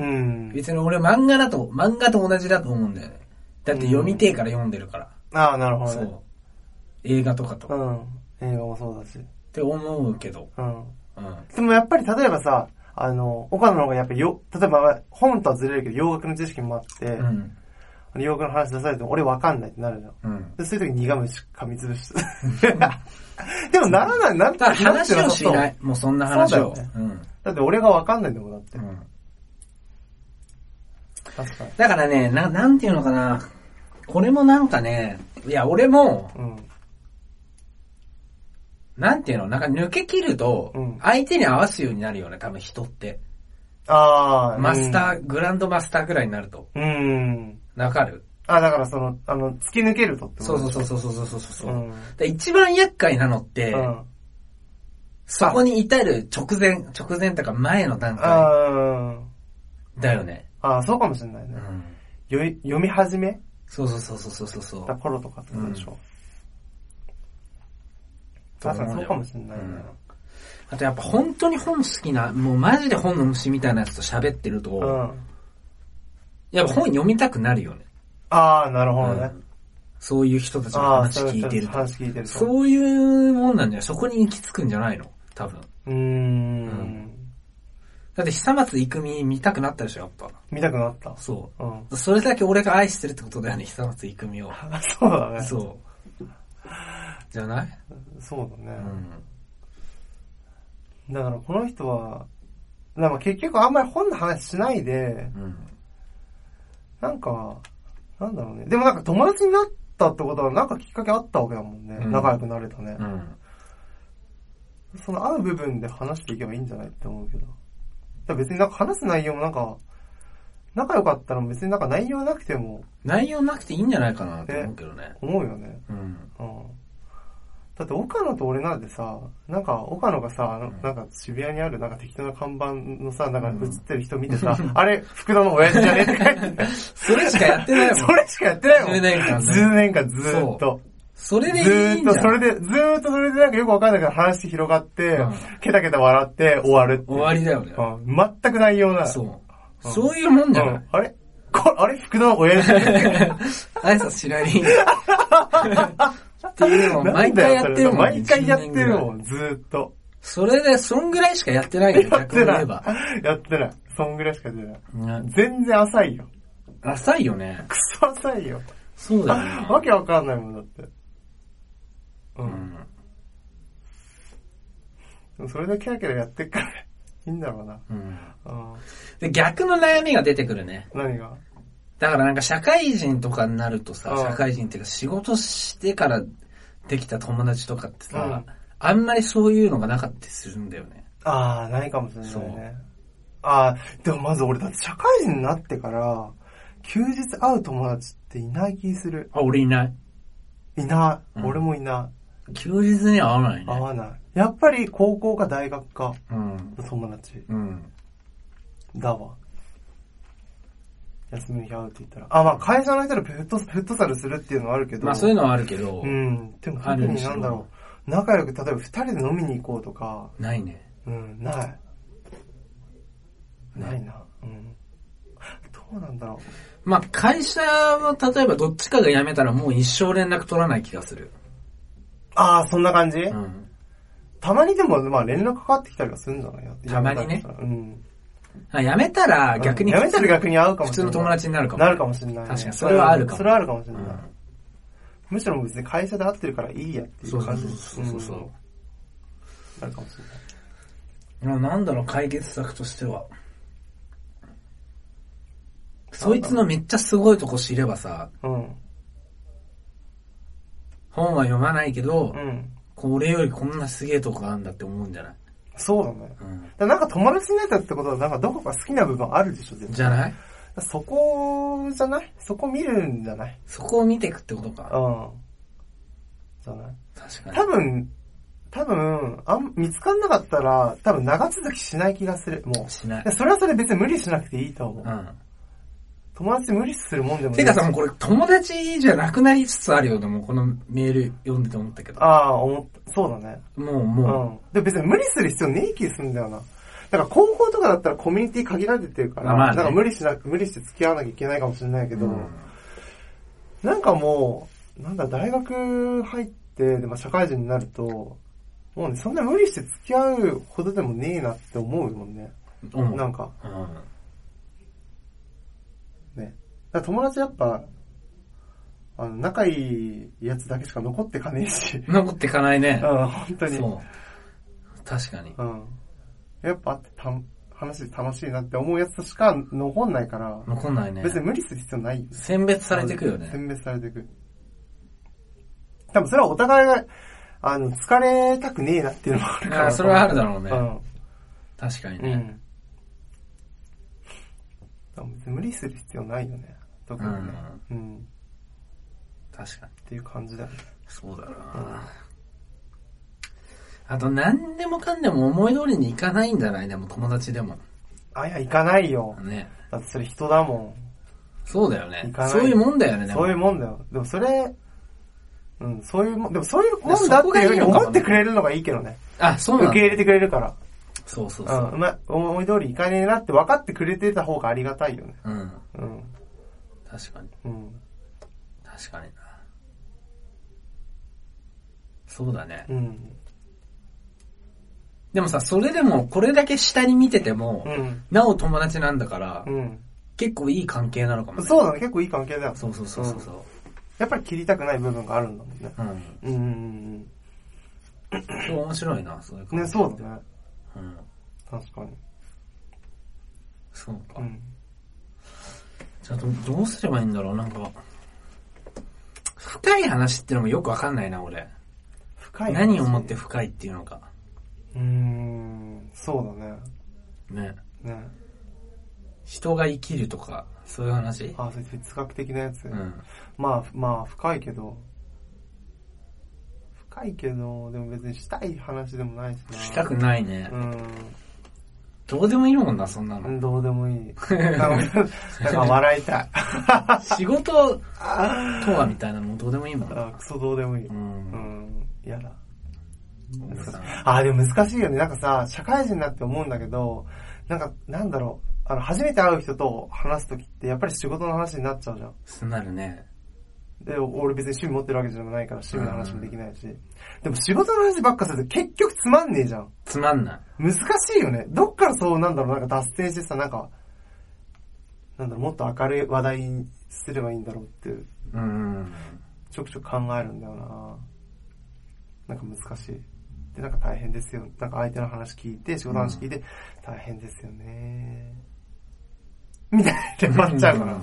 [SPEAKER 2] うん。
[SPEAKER 1] 別に俺漫画だと、漫画と同じだと思うんだよね。だって読みてえから読んでるから。
[SPEAKER 2] ああ、なるほ
[SPEAKER 1] そ
[SPEAKER 2] どね。
[SPEAKER 1] う。映画とかと。
[SPEAKER 2] う
[SPEAKER 1] っ
[SPEAKER 2] ん。映画もそうだし。
[SPEAKER 1] て思うけど。
[SPEAKER 2] うん。
[SPEAKER 1] うん。
[SPEAKER 2] でもやっぱり例えばさ、あの、岡野の方がやっぱよ、例えば本とはずれるけど洋楽の知識もあって、
[SPEAKER 1] うん。
[SPEAKER 2] 洋楽の話出されても俺わかんないってなるじゃん。
[SPEAKER 1] うん。
[SPEAKER 2] で、そういう時に苦虫噛みつ ぶして。でもならない、なんて
[SPEAKER 1] ただ話をしな
[SPEAKER 2] だ
[SPEAKER 1] い。もうそんな話を。
[SPEAKER 2] そうだよね
[SPEAKER 1] うん。
[SPEAKER 2] って俺がわかんないんだもん、だって
[SPEAKER 1] う。ん。
[SPEAKER 2] 確かに。
[SPEAKER 1] だからね、な、なんていうのかな。これもなんかね、いや、俺も、
[SPEAKER 2] うん。
[SPEAKER 1] なんていうの、なんか抜け切ると
[SPEAKER 2] うん、
[SPEAKER 1] 相手に合わすようになるよね、多分人って。
[SPEAKER 2] ああ。
[SPEAKER 1] マスター、グランドマスターぐらいになると。
[SPEAKER 2] ー。うん。
[SPEAKER 1] わかる
[SPEAKER 2] あ、だからその、あの、突き抜けるとって
[SPEAKER 1] そうそう
[SPEAKER 2] う
[SPEAKER 1] そうそうそうそうそう。
[SPEAKER 2] うん。
[SPEAKER 1] で一番厄介なのって、
[SPEAKER 2] うん。
[SPEAKER 1] そこに至る直前、直前とか前の段階
[SPEAKER 2] あー
[SPEAKER 1] だよね。
[SPEAKER 2] あー、そうかもしれないうね。
[SPEAKER 1] ん。
[SPEAKER 2] よい読み始め
[SPEAKER 1] そうそうそうそうそうそう。
[SPEAKER 2] た頃とかってことでしょ。
[SPEAKER 1] そう
[SPEAKER 2] 確かにそうかもしれないね。
[SPEAKER 1] あとやっぱ本当に本好きな、もうマジで本の虫みたいなやつと喋ってると、
[SPEAKER 2] うん。
[SPEAKER 1] やっぱ本読みたくなるよね。
[SPEAKER 2] ああ、なるほど
[SPEAKER 1] う
[SPEAKER 2] ね。
[SPEAKER 1] んそういう人たちの
[SPEAKER 2] ああ、
[SPEAKER 1] 話
[SPEAKER 2] そう
[SPEAKER 1] 聞
[SPEAKER 2] い
[SPEAKER 1] いうてると。
[SPEAKER 2] 話聞いてると。う
[SPEAKER 1] そういうもんなんじゃないそこに行き着くんじゃないの多分。
[SPEAKER 2] ーん。
[SPEAKER 1] だって久松郁美見たくなったでしょ、やっぱ。
[SPEAKER 2] 見たくなった。
[SPEAKER 1] そ
[SPEAKER 2] うん。
[SPEAKER 1] う。それだけ俺が愛してるってことだよね、久松郁美を。
[SPEAKER 2] そうだね。
[SPEAKER 1] そう。じゃない
[SPEAKER 2] そうだ
[SPEAKER 1] う
[SPEAKER 2] ね。
[SPEAKER 1] ん。
[SPEAKER 2] だからこの人は、なんか結局あんまり本の話しないで、
[SPEAKER 1] うん。
[SPEAKER 2] なんか、なんだろうね。でもなんか友達になったってことはなんかきっかけあったわけだもんね。
[SPEAKER 1] うん
[SPEAKER 2] 仲良くなれたね
[SPEAKER 1] う。ん。
[SPEAKER 2] その合う部分で話していけばいいんじゃないって思うけど。だから別になんか話す内容もなんか、仲良かったら別になんか内容なくても
[SPEAKER 1] 内容なくていいんじゃないかなと思うけどね。
[SPEAKER 2] 思うよね。
[SPEAKER 1] うん。
[SPEAKER 2] うん。だって岡野と俺なんてさ、なんか岡野がさ、あのなんか渋谷にあるなんか適当な看板のさ、なんか映ってる人見てさ、 あれ、福田の親父じゃねって書 いて
[SPEAKER 1] それしかやってないもん。
[SPEAKER 2] それしかやってないもん。
[SPEAKER 1] 10年間ね
[SPEAKER 2] 10年間ずーっと。
[SPEAKER 1] それ
[SPEAKER 2] ず
[SPEAKER 1] でいい
[SPEAKER 2] ー
[SPEAKER 1] ん
[SPEAKER 2] っ
[SPEAKER 1] じゃ
[SPEAKER 2] と、
[SPEAKER 1] ん
[SPEAKER 2] それで、ずーっとそれでなんかよくわかんないけど話広がって
[SPEAKER 1] うん、
[SPEAKER 2] ケタケタ笑って終わるっていう
[SPEAKER 1] 終わりだよね。
[SPEAKER 2] うん全く内容ない。
[SPEAKER 1] そう。
[SPEAKER 2] うん
[SPEAKER 1] そういうもんじゃ
[SPEAKER 2] う
[SPEAKER 1] ない
[SPEAKER 2] んあれこあれ福田の親父じゃね
[SPEAKER 1] 挨拶しないでいいんだよ っていうのを毎回やってるもん。
[SPEAKER 2] 毎回やってるも
[SPEAKER 1] ん。
[SPEAKER 2] ん、ずーっと。
[SPEAKER 1] それで、そんぐらいしかやってないよ、
[SPEAKER 2] やっ
[SPEAKER 1] 逆
[SPEAKER 2] て
[SPEAKER 1] に言
[SPEAKER 2] な
[SPEAKER 1] え
[SPEAKER 2] い
[SPEAKER 1] ば。。
[SPEAKER 2] やってない。そんぐらいしか出ない。
[SPEAKER 1] ね
[SPEAKER 2] 全然浅いよ。
[SPEAKER 1] 浅いよね。
[SPEAKER 2] くそ浅いよ。
[SPEAKER 1] そうだよね。
[SPEAKER 2] わけわかんないもんだって。う。
[SPEAKER 1] うんん。
[SPEAKER 2] でもそれでキャーキャーやってっから、い いんだろうな。
[SPEAKER 1] うん。
[SPEAKER 2] うん。
[SPEAKER 1] で、逆の悩みが出てくるね。
[SPEAKER 2] 何が
[SPEAKER 1] だからなんか社会人とかになるとさ、
[SPEAKER 2] うん
[SPEAKER 1] 社会人っていうか仕事してからできた友達とかってさ、
[SPEAKER 2] うん
[SPEAKER 1] あんまりそういうのがなかったりするんだよね。
[SPEAKER 2] ああ、ないかもしれ
[SPEAKER 1] そ
[SPEAKER 2] な
[SPEAKER 1] う
[SPEAKER 2] いね。ああ、でもまず俺だって社会人になってから、休日会う友達っていない気する。
[SPEAKER 1] あ、俺いない。
[SPEAKER 2] いない。
[SPEAKER 1] うん
[SPEAKER 2] 俺もいな
[SPEAKER 1] 休日には会わない
[SPEAKER 2] い。
[SPEAKER 1] ね。
[SPEAKER 2] 会わない。やっぱり高校か大学か、
[SPEAKER 1] うん。
[SPEAKER 2] 友達
[SPEAKER 1] うん。
[SPEAKER 2] だわ。休みの日会うって言ったら。あ、まあ会社の人とフットフットサルするっていうのはあるけど。
[SPEAKER 1] まあそういうのはあるけど、
[SPEAKER 2] うん。でも
[SPEAKER 1] あ
[SPEAKER 2] 特
[SPEAKER 1] るに
[SPEAKER 2] に
[SPEAKER 1] しろ
[SPEAKER 2] なんだろう。仲良く、例えば二人で飲みに行こうとか、
[SPEAKER 1] ないね。
[SPEAKER 2] うん、ない。
[SPEAKER 1] ね
[SPEAKER 2] ないな。うん。どうなんだろう。
[SPEAKER 1] まあ会社の例えばどっちかが辞めたらもう一生連絡取らない気がする。
[SPEAKER 2] ああ、そんな感じ、
[SPEAKER 1] うん。
[SPEAKER 2] たまにでも、まあ連絡かかってきたりはするんじゃないや
[SPEAKER 1] たまにね
[SPEAKER 2] うん。
[SPEAKER 1] あ辞めたら逆に
[SPEAKER 2] やめたら逆に会うかも
[SPEAKER 1] 普
[SPEAKER 2] し
[SPEAKER 1] 通
[SPEAKER 2] れない。
[SPEAKER 1] の友達になるかも。
[SPEAKER 2] なるかもしれないね。
[SPEAKER 1] 確かにそれはあるかも
[SPEAKER 2] それはあるかもしれない。
[SPEAKER 1] うん
[SPEAKER 2] むしろ別に会社で会ってるからいいやってい
[SPEAKER 1] そううそ
[SPEAKER 2] 感
[SPEAKER 1] う
[SPEAKER 2] じ
[SPEAKER 1] そうそうそう。
[SPEAKER 2] んあるかもしれない。
[SPEAKER 1] いやなんだろう、解決策としては。そいつのめっちゃすごいとこ知ればさ、
[SPEAKER 2] うん。
[SPEAKER 1] 本は読まないけど、
[SPEAKER 2] うん。
[SPEAKER 1] こう俺よりこんなすげえとこがあるんだって思うんじゃない、
[SPEAKER 2] そうだね。
[SPEAKER 1] うん、
[SPEAKER 2] だからなんか友達になったってことは、なんかどこか好きな部分あるでしょ、絶
[SPEAKER 1] じゃない
[SPEAKER 2] 対。そこじゃないそこ見るんじゃない
[SPEAKER 1] そこを見てくってこと
[SPEAKER 2] う
[SPEAKER 1] か。
[SPEAKER 2] ん。じゃない
[SPEAKER 1] 確かに
[SPEAKER 2] 多。分、多分、あん、見つかんなかったら、多分長続きしない気がする、もう。
[SPEAKER 1] し ない
[SPEAKER 2] で。それはそれ別に無理しなくていいと思う。
[SPEAKER 1] う
[SPEAKER 2] 友達無理するもんでも
[SPEAKER 1] ん。
[SPEAKER 2] な
[SPEAKER 1] て
[SPEAKER 2] い
[SPEAKER 1] かさ、もうこれ友達じゃなくなりつつあるよね、もうこのメール読んでて思ったけど。
[SPEAKER 2] ああ、思った。そうだね。
[SPEAKER 1] もう
[SPEAKER 2] う
[SPEAKER 1] もう、
[SPEAKER 2] ん。で、別に無理する必要ねえ気すんだよな。だから高校とかだったらコミュニティ限られてるから、
[SPEAKER 1] あまあね
[SPEAKER 2] なんか無理しなく、無理して付き合わなきゃいけないかもしれないけど、
[SPEAKER 1] うん
[SPEAKER 2] なんかもう、なんだ、大学入って、でまあ社会人になると、もうね、そんな無理して付き合うほどでもねえなって思うもんね。
[SPEAKER 1] 思う。
[SPEAKER 2] なんか、
[SPEAKER 1] うん
[SPEAKER 2] ね。だから友達やっぱ、あの、仲いいやつだけしか残ってかねえし。
[SPEAKER 1] 残ってかないね
[SPEAKER 2] う。ん、 本当に。
[SPEAKER 1] そう。確かに。
[SPEAKER 2] うん。やっぱあってたん、話楽しいなって思うやつとしか残んないから、
[SPEAKER 1] 残んないね。
[SPEAKER 2] 別に無理する必要ないよ。
[SPEAKER 1] 選別されてくよね。
[SPEAKER 2] 選別されていく。多分それはお互いが、あの、疲れたくねえなっていうのもあるか
[SPEAKER 1] あ
[SPEAKER 2] ら。
[SPEAKER 1] あそれはあるだろうね
[SPEAKER 2] うん。
[SPEAKER 1] 確かに
[SPEAKER 2] う
[SPEAKER 1] ね。
[SPEAKER 2] ん。多分別に無理する必要ないよね。特にね。うん。
[SPEAKER 1] 確かに。
[SPEAKER 2] っていう感じだよね。
[SPEAKER 1] そうだなあと何でもかんでも思い通りにいかないんじゃないでも友達でも。
[SPEAKER 2] あ、いや、行かないよ。
[SPEAKER 1] ね。
[SPEAKER 2] だってそれ人だも
[SPEAKER 1] そうだよね
[SPEAKER 2] いかな。い
[SPEAKER 1] そういうもんだよね、
[SPEAKER 2] ん。
[SPEAKER 1] で
[SPEAKER 2] そういう
[SPEAKER 1] も。
[SPEAKER 2] もんだよ。でもそれ、うん、そういうもん、でもそういうもんだっていうふうに思ってくれるのがいいけどね。
[SPEAKER 1] あ、そうな
[SPEAKER 2] 受
[SPEAKER 1] ん
[SPEAKER 2] け
[SPEAKER 1] だ。
[SPEAKER 2] 入れてくれるから。
[SPEAKER 1] そうそう
[SPEAKER 2] う
[SPEAKER 1] そ
[SPEAKER 2] ん、う
[SPEAKER 1] う。
[SPEAKER 2] まい、思い通りいかねえなって分かってくれてた方がありがたいよね。
[SPEAKER 1] うん。
[SPEAKER 2] うん。
[SPEAKER 1] 確かに。
[SPEAKER 2] うん。
[SPEAKER 1] 確かにな。そうだね
[SPEAKER 2] う。ん。
[SPEAKER 1] でもさ、それでもこれだけ下に見てて
[SPEAKER 2] う
[SPEAKER 1] も、
[SPEAKER 2] ん。
[SPEAKER 1] なお友達なんだから
[SPEAKER 2] う、ん。
[SPEAKER 1] 結構いい関係なのかもね。
[SPEAKER 2] そうだね、結構いい関係だよ。
[SPEAKER 1] そうそうそうそうそう。
[SPEAKER 2] やっぱり切りたくない部分があるんだもんね。
[SPEAKER 1] うん。
[SPEAKER 2] うんうん
[SPEAKER 1] そう面白いな、そういう
[SPEAKER 2] う
[SPEAKER 1] 関
[SPEAKER 2] ん。
[SPEAKER 1] 係
[SPEAKER 2] ね、そうだね。
[SPEAKER 1] うん。
[SPEAKER 2] 確かに。
[SPEAKER 1] そうか
[SPEAKER 2] う。ん。
[SPEAKER 1] じゃあどどうすればいいんだろうなんか、深い話ってのもよくわかんないな、俺。
[SPEAKER 2] 深い。
[SPEAKER 1] 何をもって深いっていうのか。
[SPEAKER 2] うーん、そうだね。
[SPEAKER 1] ね。
[SPEAKER 2] ね。
[SPEAKER 1] 人が生きるとか、そういう話
[SPEAKER 2] あ、それ哲学的なやつ。
[SPEAKER 1] うん。
[SPEAKER 2] まあ、まあ、深いけど。深いけど、でも別にしたい話でもないしな。
[SPEAKER 1] したくないね
[SPEAKER 2] う。ん。
[SPEAKER 1] どうでもいいもんな、そんなの。
[SPEAKER 2] どうでもいい。なんかなんか笑いたい。
[SPEAKER 1] 仕事とはみたいなのもどうでもいいもんな。
[SPEAKER 2] あクソどうでもいい。
[SPEAKER 1] う。
[SPEAKER 2] うんん、嫌だ。
[SPEAKER 1] 俺さ
[SPEAKER 2] あ、でも難しいよね。なんかさ、社会人になって思うんだけど、なんか、なんだろう。あの、初めて会う人と話すときって、やっぱり仕事の話になっちゃうじゃん。
[SPEAKER 1] すんなるね。
[SPEAKER 2] で、俺別に趣味持ってるわけじゃないから趣味の話もできないし。でも仕事の話ばっかすると結局つまんねえじゃん。
[SPEAKER 1] つまんない。
[SPEAKER 2] 難しいよね。どっからそうなんだろう、なんか脱線してさ、なんか、なんだろう、もっと明るい話題にすればいいんだろうって、
[SPEAKER 1] うん。
[SPEAKER 2] ちょくちょく考えるんだよななんか難しい。で、なんか大変ですよ。なんか相手の話聞いて、仕事の話聞いて、大変ですよねみたいなってなっちゃうから。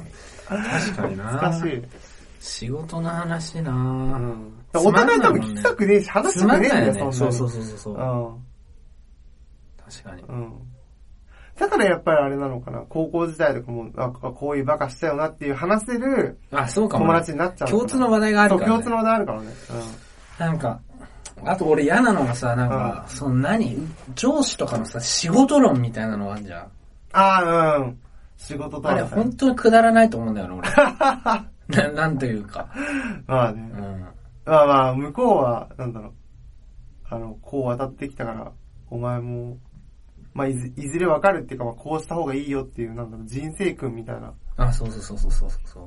[SPEAKER 1] 確かにな
[SPEAKER 2] 難しい。
[SPEAKER 1] 仕事の話な
[SPEAKER 2] うん。だからお互い多分聞きたくねえし、話し
[SPEAKER 1] つ
[SPEAKER 2] た
[SPEAKER 1] ま
[SPEAKER 2] く
[SPEAKER 1] ん
[SPEAKER 2] ねえん
[SPEAKER 1] な
[SPEAKER 2] だ
[SPEAKER 1] い
[SPEAKER 2] よ、
[SPEAKER 1] よね。
[SPEAKER 2] そ
[SPEAKER 1] そ
[SPEAKER 2] ん
[SPEAKER 1] う
[SPEAKER 2] な
[SPEAKER 1] そ
[SPEAKER 2] に
[SPEAKER 1] うそうそう。
[SPEAKER 2] うん。
[SPEAKER 1] 確かに。
[SPEAKER 2] うん。だからやっぱりあれなのかな、高校時代とかも、あ、こういうバカしたよなっていう話せる
[SPEAKER 1] あ、そうかもね。
[SPEAKER 2] 友達になっちゃうのかな。
[SPEAKER 1] 共通の話題があるからね
[SPEAKER 2] そう、共通の話題あるからね。
[SPEAKER 1] なんか、あと俺嫌なのがさ、なんか、その何上司とかのさ、仕事論みたいなのあんじゃん。
[SPEAKER 2] うん。ああ、うん。仕事と
[SPEAKER 1] あれ
[SPEAKER 2] は
[SPEAKER 1] 本当にくだらないと思うんだよね、俺。 ななんというか。
[SPEAKER 2] まあ
[SPEAKER 1] う
[SPEAKER 2] ね。
[SPEAKER 1] ん。
[SPEAKER 2] まあまあ、向こうは、なんだろう。あの、こう渡ってきたから、お前も、まあ、いずいずれわかるっていうか、まあ、こうした方がいいよっていう、なんだろう、人生訓みたいな。
[SPEAKER 1] あ、そうそうそうそうそうそう。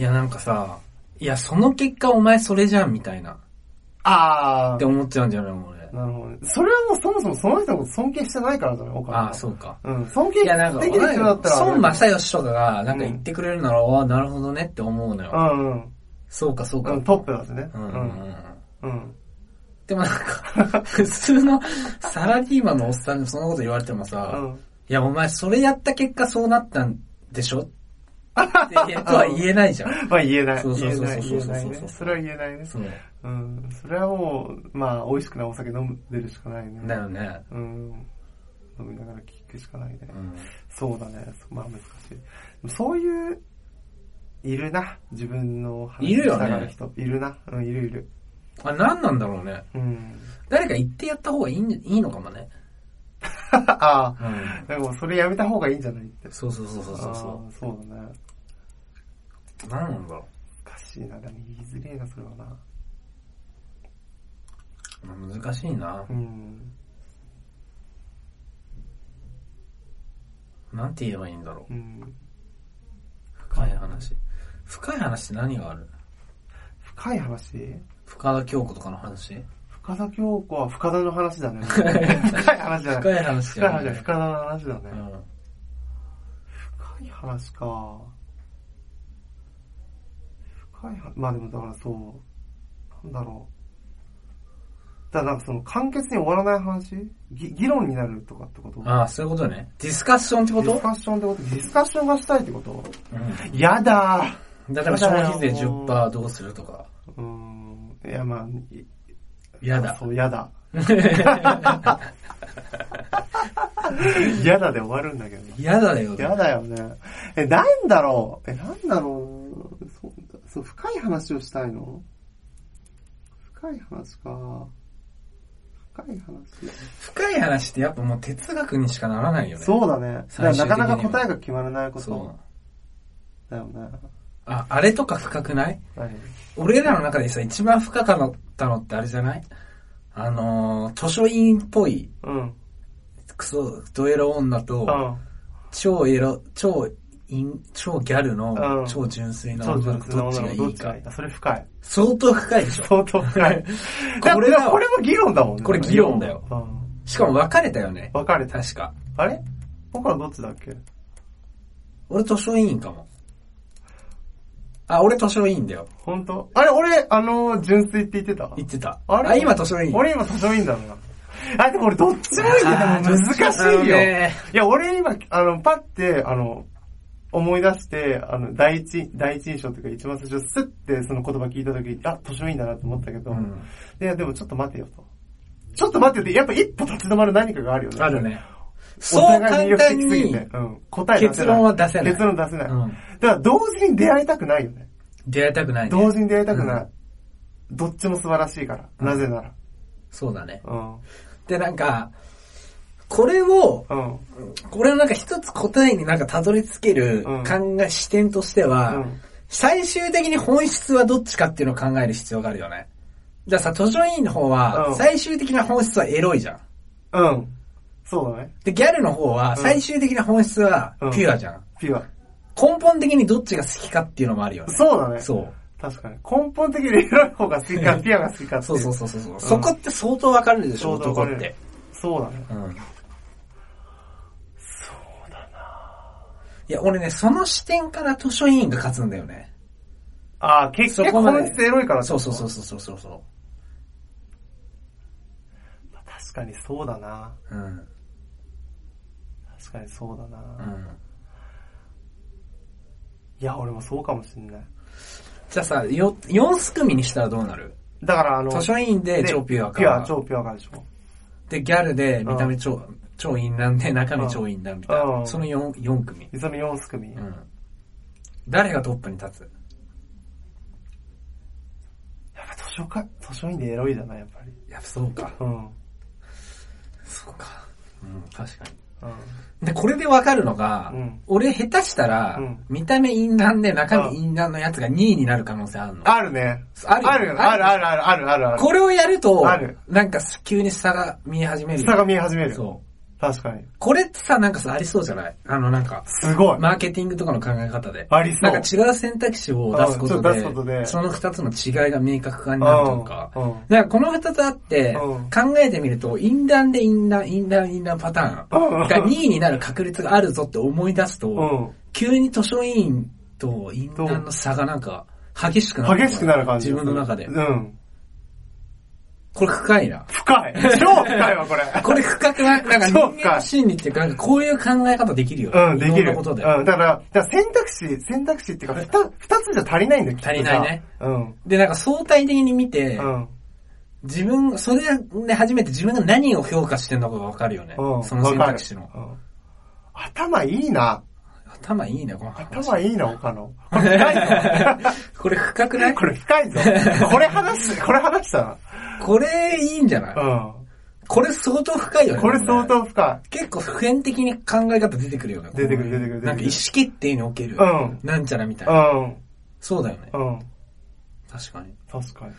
[SPEAKER 1] いや、なんかさ、いや、その結果お前それじゃん、みたいな。
[SPEAKER 2] あ
[SPEAKER 1] って思っちゃうんじゃないの、俺。
[SPEAKER 2] あ、なるほどね。それはもうそもそもその人のこと尊敬してないからじゃないお金
[SPEAKER 1] ああ、そうか。
[SPEAKER 2] うん、尊敬
[SPEAKER 1] いや、なんか、
[SPEAKER 2] できる人だったら。
[SPEAKER 1] 孫正義とかが、なんか言ってくれるなら、ああ、なるほどねって思うの
[SPEAKER 2] う
[SPEAKER 1] よ。
[SPEAKER 2] んうん。
[SPEAKER 1] そうか、そうか。
[SPEAKER 2] うん、トップなんですね。
[SPEAKER 1] う
[SPEAKER 2] うん
[SPEAKER 1] うん
[SPEAKER 2] ん。
[SPEAKER 1] うん。
[SPEAKER 2] うん。
[SPEAKER 1] でもなんか、 普通のサラリーマンのおっさんにそんなこと言われても
[SPEAKER 2] う
[SPEAKER 1] さ、
[SPEAKER 2] ん。
[SPEAKER 1] いや、お前それやった結果そうなったんでしょって言えとは言えないじゃん。
[SPEAKER 2] まあ言えない。
[SPEAKER 1] そうそ
[SPEAKER 2] 言
[SPEAKER 1] う
[SPEAKER 2] え
[SPEAKER 1] そう
[SPEAKER 2] な
[SPEAKER 1] そう
[SPEAKER 2] い。
[SPEAKER 1] そ
[SPEAKER 2] 言
[SPEAKER 1] う
[SPEAKER 2] えないね。それは言えないね。
[SPEAKER 1] そう。
[SPEAKER 2] うん。それはもう、まあ、美味しくないお酒飲んでるしかないね。
[SPEAKER 1] だよね。
[SPEAKER 2] うん。飲みながら聞くしかないね
[SPEAKER 1] う。ん。
[SPEAKER 2] そうだね。まあ難しい。そういう、いるな。自分の話
[SPEAKER 1] いるよね
[SPEAKER 2] したがる人。いるな。うん、いるいる。
[SPEAKER 1] あ、何なんだろうね。
[SPEAKER 2] うん。
[SPEAKER 1] 誰か言ってやった方がいいんいいのかもね。
[SPEAKER 2] ああ。
[SPEAKER 1] うん。
[SPEAKER 2] なんかもうそれやめた方がいいんじゃないって。
[SPEAKER 1] そうそうそうそうそう
[SPEAKER 2] あ
[SPEAKER 1] そ
[SPEAKER 2] あそうだね。
[SPEAKER 1] う。何なんだろ
[SPEAKER 2] 難しいな。でも言いづれえな、それはな。
[SPEAKER 1] う。まあ難しいな
[SPEAKER 2] う。ん。
[SPEAKER 1] なんて言えばいいんだろう
[SPEAKER 2] う。ん。
[SPEAKER 1] 深い話。深い話って何がある
[SPEAKER 2] 深い話
[SPEAKER 1] 深田京子とかの話
[SPEAKER 2] 深田京子は深田の話だね。 深い話じゃない。
[SPEAKER 1] 深い話じ
[SPEAKER 2] 深い
[SPEAKER 1] ゃな
[SPEAKER 2] 話
[SPEAKER 1] い
[SPEAKER 2] じゃない。深田の話だね。
[SPEAKER 1] うん。
[SPEAKER 2] 深い話か。深い話、まあでもだからそう、なんだろう。ただなんかその簡潔に終わらない話ぎ議論になるとかってこと
[SPEAKER 1] ああ、そういうことね。ディスカッションってこ
[SPEAKER 2] ディ
[SPEAKER 1] と
[SPEAKER 2] スカッションってことディスカッションがしたいってこと
[SPEAKER 1] う
[SPEAKER 2] やだー
[SPEAKER 1] ん。だから消費税10%どうするとか。
[SPEAKER 2] うーん。いや、まあ、い
[SPEAKER 1] 嫌だ。
[SPEAKER 2] そう、やだ。 やだで終わるんだけど。
[SPEAKER 1] 嫌だよ。
[SPEAKER 2] やだよね。え、なんだろうえ、なんだろうそう、そう、深い話をしたいの深い話か。深い話。
[SPEAKER 1] 深い話ってやっぱもう哲学にしかならないよね。う。
[SPEAKER 2] そうだね。だから
[SPEAKER 1] 最終的
[SPEAKER 2] な
[SPEAKER 1] に
[SPEAKER 2] か
[SPEAKER 1] は
[SPEAKER 2] なか答えが決まらないこ
[SPEAKER 1] そ
[SPEAKER 2] と
[SPEAKER 1] う。
[SPEAKER 2] だよね。
[SPEAKER 1] あ、あれとか深くない
[SPEAKER 2] 何
[SPEAKER 1] 俺らの中でさ、一番深かったのってあれじゃないあのー、図書委員っぽい、
[SPEAKER 2] うん。うん。
[SPEAKER 1] クソ、ドエロ女と、超エロ、超イン、超ギャル
[SPEAKER 2] う
[SPEAKER 1] の
[SPEAKER 2] ん、
[SPEAKER 1] 超純粋な
[SPEAKER 2] そう
[SPEAKER 1] 女
[SPEAKER 2] そ
[SPEAKER 1] の
[SPEAKER 2] う
[SPEAKER 1] 子
[SPEAKER 2] その
[SPEAKER 1] どっち
[SPEAKER 2] 女の
[SPEAKER 1] が
[SPEAKER 2] 子
[SPEAKER 1] い
[SPEAKER 2] どっ
[SPEAKER 1] い
[SPEAKER 2] ちが
[SPEAKER 1] か
[SPEAKER 2] いい。か。それ深い。
[SPEAKER 1] 相当深いでしょ。
[SPEAKER 2] 相当深い。
[SPEAKER 1] これは
[SPEAKER 2] これも議論だもんね。
[SPEAKER 1] これ議論だよ
[SPEAKER 2] うん。
[SPEAKER 1] しかも別れたよね。
[SPEAKER 2] 別れた。
[SPEAKER 1] 確か。
[SPEAKER 2] あれ僕はどっちだっけ
[SPEAKER 1] 俺図書委員かも。あ、俺図書委員だよ。
[SPEAKER 2] 本当あれ、俺、あのー、純粋って言ってた
[SPEAKER 1] 言ってた。
[SPEAKER 2] あれ
[SPEAKER 1] 今図書委員。
[SPEAKER 2] 俺今図書委員だな。あ、でも俺どっちもいいけど
[SPEAKER 1] あー
[SPEAKER 2] 難しい
[SPEAKER 1] あの
[SPEAKER 2] よ。
[SPEAKER 1] ね
[SPEAKER 2] いや、俺今、あの、パって、あの、思い出して、あの、第一、第一印象というか一番最初、スッてその言葉聞いた時あ、図書委員だなと思ったけど、
[SPEAKER 1] うん
[SPEAKER 2] いや、でもちょっと待てよと。ちょっと待てって、やっぱ一歩立ち止まる何かがあるよね。
[SPEAKER 1] あるね。
[SPEAKER 2] お
[SPEAKER 1] そう
[SPEAKER 2] 互い
[SPEAKER 1] 簡
[SPEAKER 2] 魅力
[SPEAKER 1] 単
[SPEAKER 2] 的すぎ
[SPEAKER 1] に
[SPEAKER 2] て、うん、答え出せない。
[SPEAKER 1] 結論は出せない
[SPEAKER 2] 結論出せない。
[SPEAKER 1] うん
[SPEAKER 2] だから同時に出会いたくないよね。
[SPEAKER 1] 出会いたくないね。
[SPEAKER 2] 同時に出会いたくない。どっちも素晴らしいから。なぜなら。
[SPEAKER 1] そうだね。
[SPEAKER 2] うん。
[SPEAKER 1] で、なんか、これを、
[SPEAKER 2] うん。
[SPEAKER 1] これをなんか一つ答えになんかたどり着ける
[SPEAKER 2] うん
[SPEAKER 1] 考え、視点としては、
[SPEAKER 2] うん
[SPEAKER 1] 最終的に本質はどっちかっていうのを考える必要があるよね。じゃあさ、図書委員の方は、
[SPEAKER 2] うん
[SPEAKER 1] 最終的な本質はエロいじゃん。
[SPEAKER 2] うん。そうだね。
[SPEAKER 1] で、ギャルの方は、最終的な本質は
[SPEAKER 2] うん
[SPEAKER 1] ピュアじゃん。
[SPEAKER 2] ピュア。
[SPEAKER 1] 根本的にどっちが好きかっていうのもあるよね。
[SPEAKER 2] そうだね。
[SPEAKER 1] そう。
[SPEAKER 2] 確かに。根本的にエロい方が好きか、ピアが好きかってい
[SPEAKER 1] そうそうそうそう。うそこって相当分かれるでしょ、
[SPEAKER 2] 相当分
[SPEAKER 1] 男
[SPEAKER 2] かれる
[SPEAKER 1] って。
[SPEAKER 2] そうだね。
[SPEAKER 1] うん。
[SPEAKER 2] そうだな。
[SPEAKER 1] いや、俺ね、その視点から図書委員が勝つんだよね。
[SPEAKER 2] ああ、結
[SPEAKER 1] そ
[SPEAKER 2] 局
[SPEAKER 1] こまで
[SPEAKER 2] 本質エロいからって
[SPEAKER 1] そ
[SPEAKER 2] こ
[SPEAKER 1] う
[SPEAKER 2] と
[SPEAKER 1] そうそうそうそうそ
[SPEAKER 2] 確かにそうだな。
[SPEAKER 1] う。うん。
[SPEAKER 2] 確かにそうだな。
[SPEAKER 1] うん。
[SPEAKER 2] いや、俺もそうかもしんない。
[SPEAKER 1] じゃあさ、よ、4すくみにしたらどうなる
[SPEAKER 2] だからあの、
[SPEAKER 1] 図書委員で超ピュアか。
[SPEAKER 2] ピュア、超ピュアかでしょ。
[SPEAKER 1] で、ギャルで見た目超、超インなんで中身超インだみたいうな。
[SPEAKER 2] ん
[SPEAKER 1] その 4, 四組。
[SPEAKER 2] いずみ4組。
[SPEAKER 1] うん。誰がトップに立つ
[SPEAKER 2] やっぱ図書か、図書院でエロいじゃない、やっぱり。
[SPEAKER 1] やっぱそうか。
[SPEAKER 2] うん。うん。
[SPEAKER 1] そうか。うん、確かに。で、これでわかるのが、
[SPEAKER 2] うん
[SPEAKER 1] 俺下手したら、
[SPEAKER 2] うん
[SPEAKER 1] 見た目インナンで中身インナンのやつが2位になる可能性あるの。
[SPEAKER 2] あるね。
[SPEAKER 1] あるよ
[SPEAKER 2] あるよあるあるあるあるあるある。
[SPEAKER 1] これをやると
[SPEAKER 2] ある、
[SPEAKER 1] なんか急に差が見え始めるよ。
[SPEAKER 2] 下が見え始める。
[SPEAKER 1] そう。
[SPEAKER 2] 確かに。
[SPEAKER 1] これってさ、なんかさ、ありそうじゃないあの、なんか、
[SPEAKER 2] すごい。
[SPEAKER 1] マーケティングとかの考え方で。
[SPEAKER 2] ありそう
[SPEAKER 1] なんか違う選択肢を出すこと
[SPEAKER 2] うん
[SPEAKER 1] で、
[SPEAKER 2] 出すことで
[SPEAKER 1] その二つの違いが明確化になるというか。
[SPEAKER 2] うんうん
[SPEAKER 1] だからこの二つあって、
[SPEAKER 2] うん
[SPEAKER 1] 考えてみると、インダンでインダン、インダン、インダンパターンが
[SPEAKER 2] うん
[SPEAKER 1] 2位になる確率があるぞって思い出すと、
[SPEAKER 2] うん。
[SPEAKER 1] 急に図書委員とインダンの差がなんか、激しくなる。
[SPEAKER 2] 激しくなる感じ。
[SPEAKER 1] 自分の中で
[SPEAKER 2] う。ん。
[SPEAKER 1] これ深い な。
[SPEAKER 2] 深い。超深いわ、これ。
[SPEAKER 1] これ深くないなんか人
[SPEAKER 2] そうか
[SPEAKER 1] 間の心理っていうか、なんかこういう考え方できるよね。
[SPEAKER 2] うん、で
[SPEAKER 1] いろ
[SPEAKER 2] きる。
[SPEAKER 1] んなことで。
[SPEAKER 2] うん、だから、だから選択肢、選択肢っていうか、ふた二つじゃ足りないんだよ、きっとさ
[SPEAKER 1] 足りないね。
[SPEAKER 2] うん。
[SPEAKER 1] で、なんか相対的に見て、
[SPEAKER 2] うん。
[SPEAKER 1] 自分、それで初めて自分が何を評価してるのかがわかるよね。
[SPEAKER 2] うん。
[SPEAKER 1] その選択肢の
[SPEAKER 2] わ。かるうん頭いいな。
[SPEAKER 1] 頭いいね、この話。
[SPEAKER 2] 頭いいな、岡野。これ深いぞ。
[SPEAKER 1] これ深く ない
[SPEAKER 2] これ深 いぞ。これ話す、これ話した
[SPEAKER 1] これいいんじゃない、
[SPEAKER 2] な。
[SPEAKER 1] これ相当深いよ
[SPEAKER 2] うん。
[SPEAKER 1] ね。
[SPEAKER 2] これ相
[SPEAKER 1] ね。
[SPEAKER 2] 当深
[SPEAKER 1] 結構普遍的に考え方出てくるよね。
[SPEAKER 2] 出てくる
[SPEAKER 1] この
[SPEAKER 2] 出てくる出てくる
[SPEAKER 1] なんか意思決定における、
[SPEAKER 2] うん
[SPEAKER 1] なんちゃらみたい
[SPEAKER 2] い。う
[SPEAKER 1] な。
[SPEAKER 2] ん。
[SPEAKER 1] そうだよね。
[SPEAKER 2] うん。
[SPEAKER 1] 確かに。い
[SPEAKER 2] 確かに。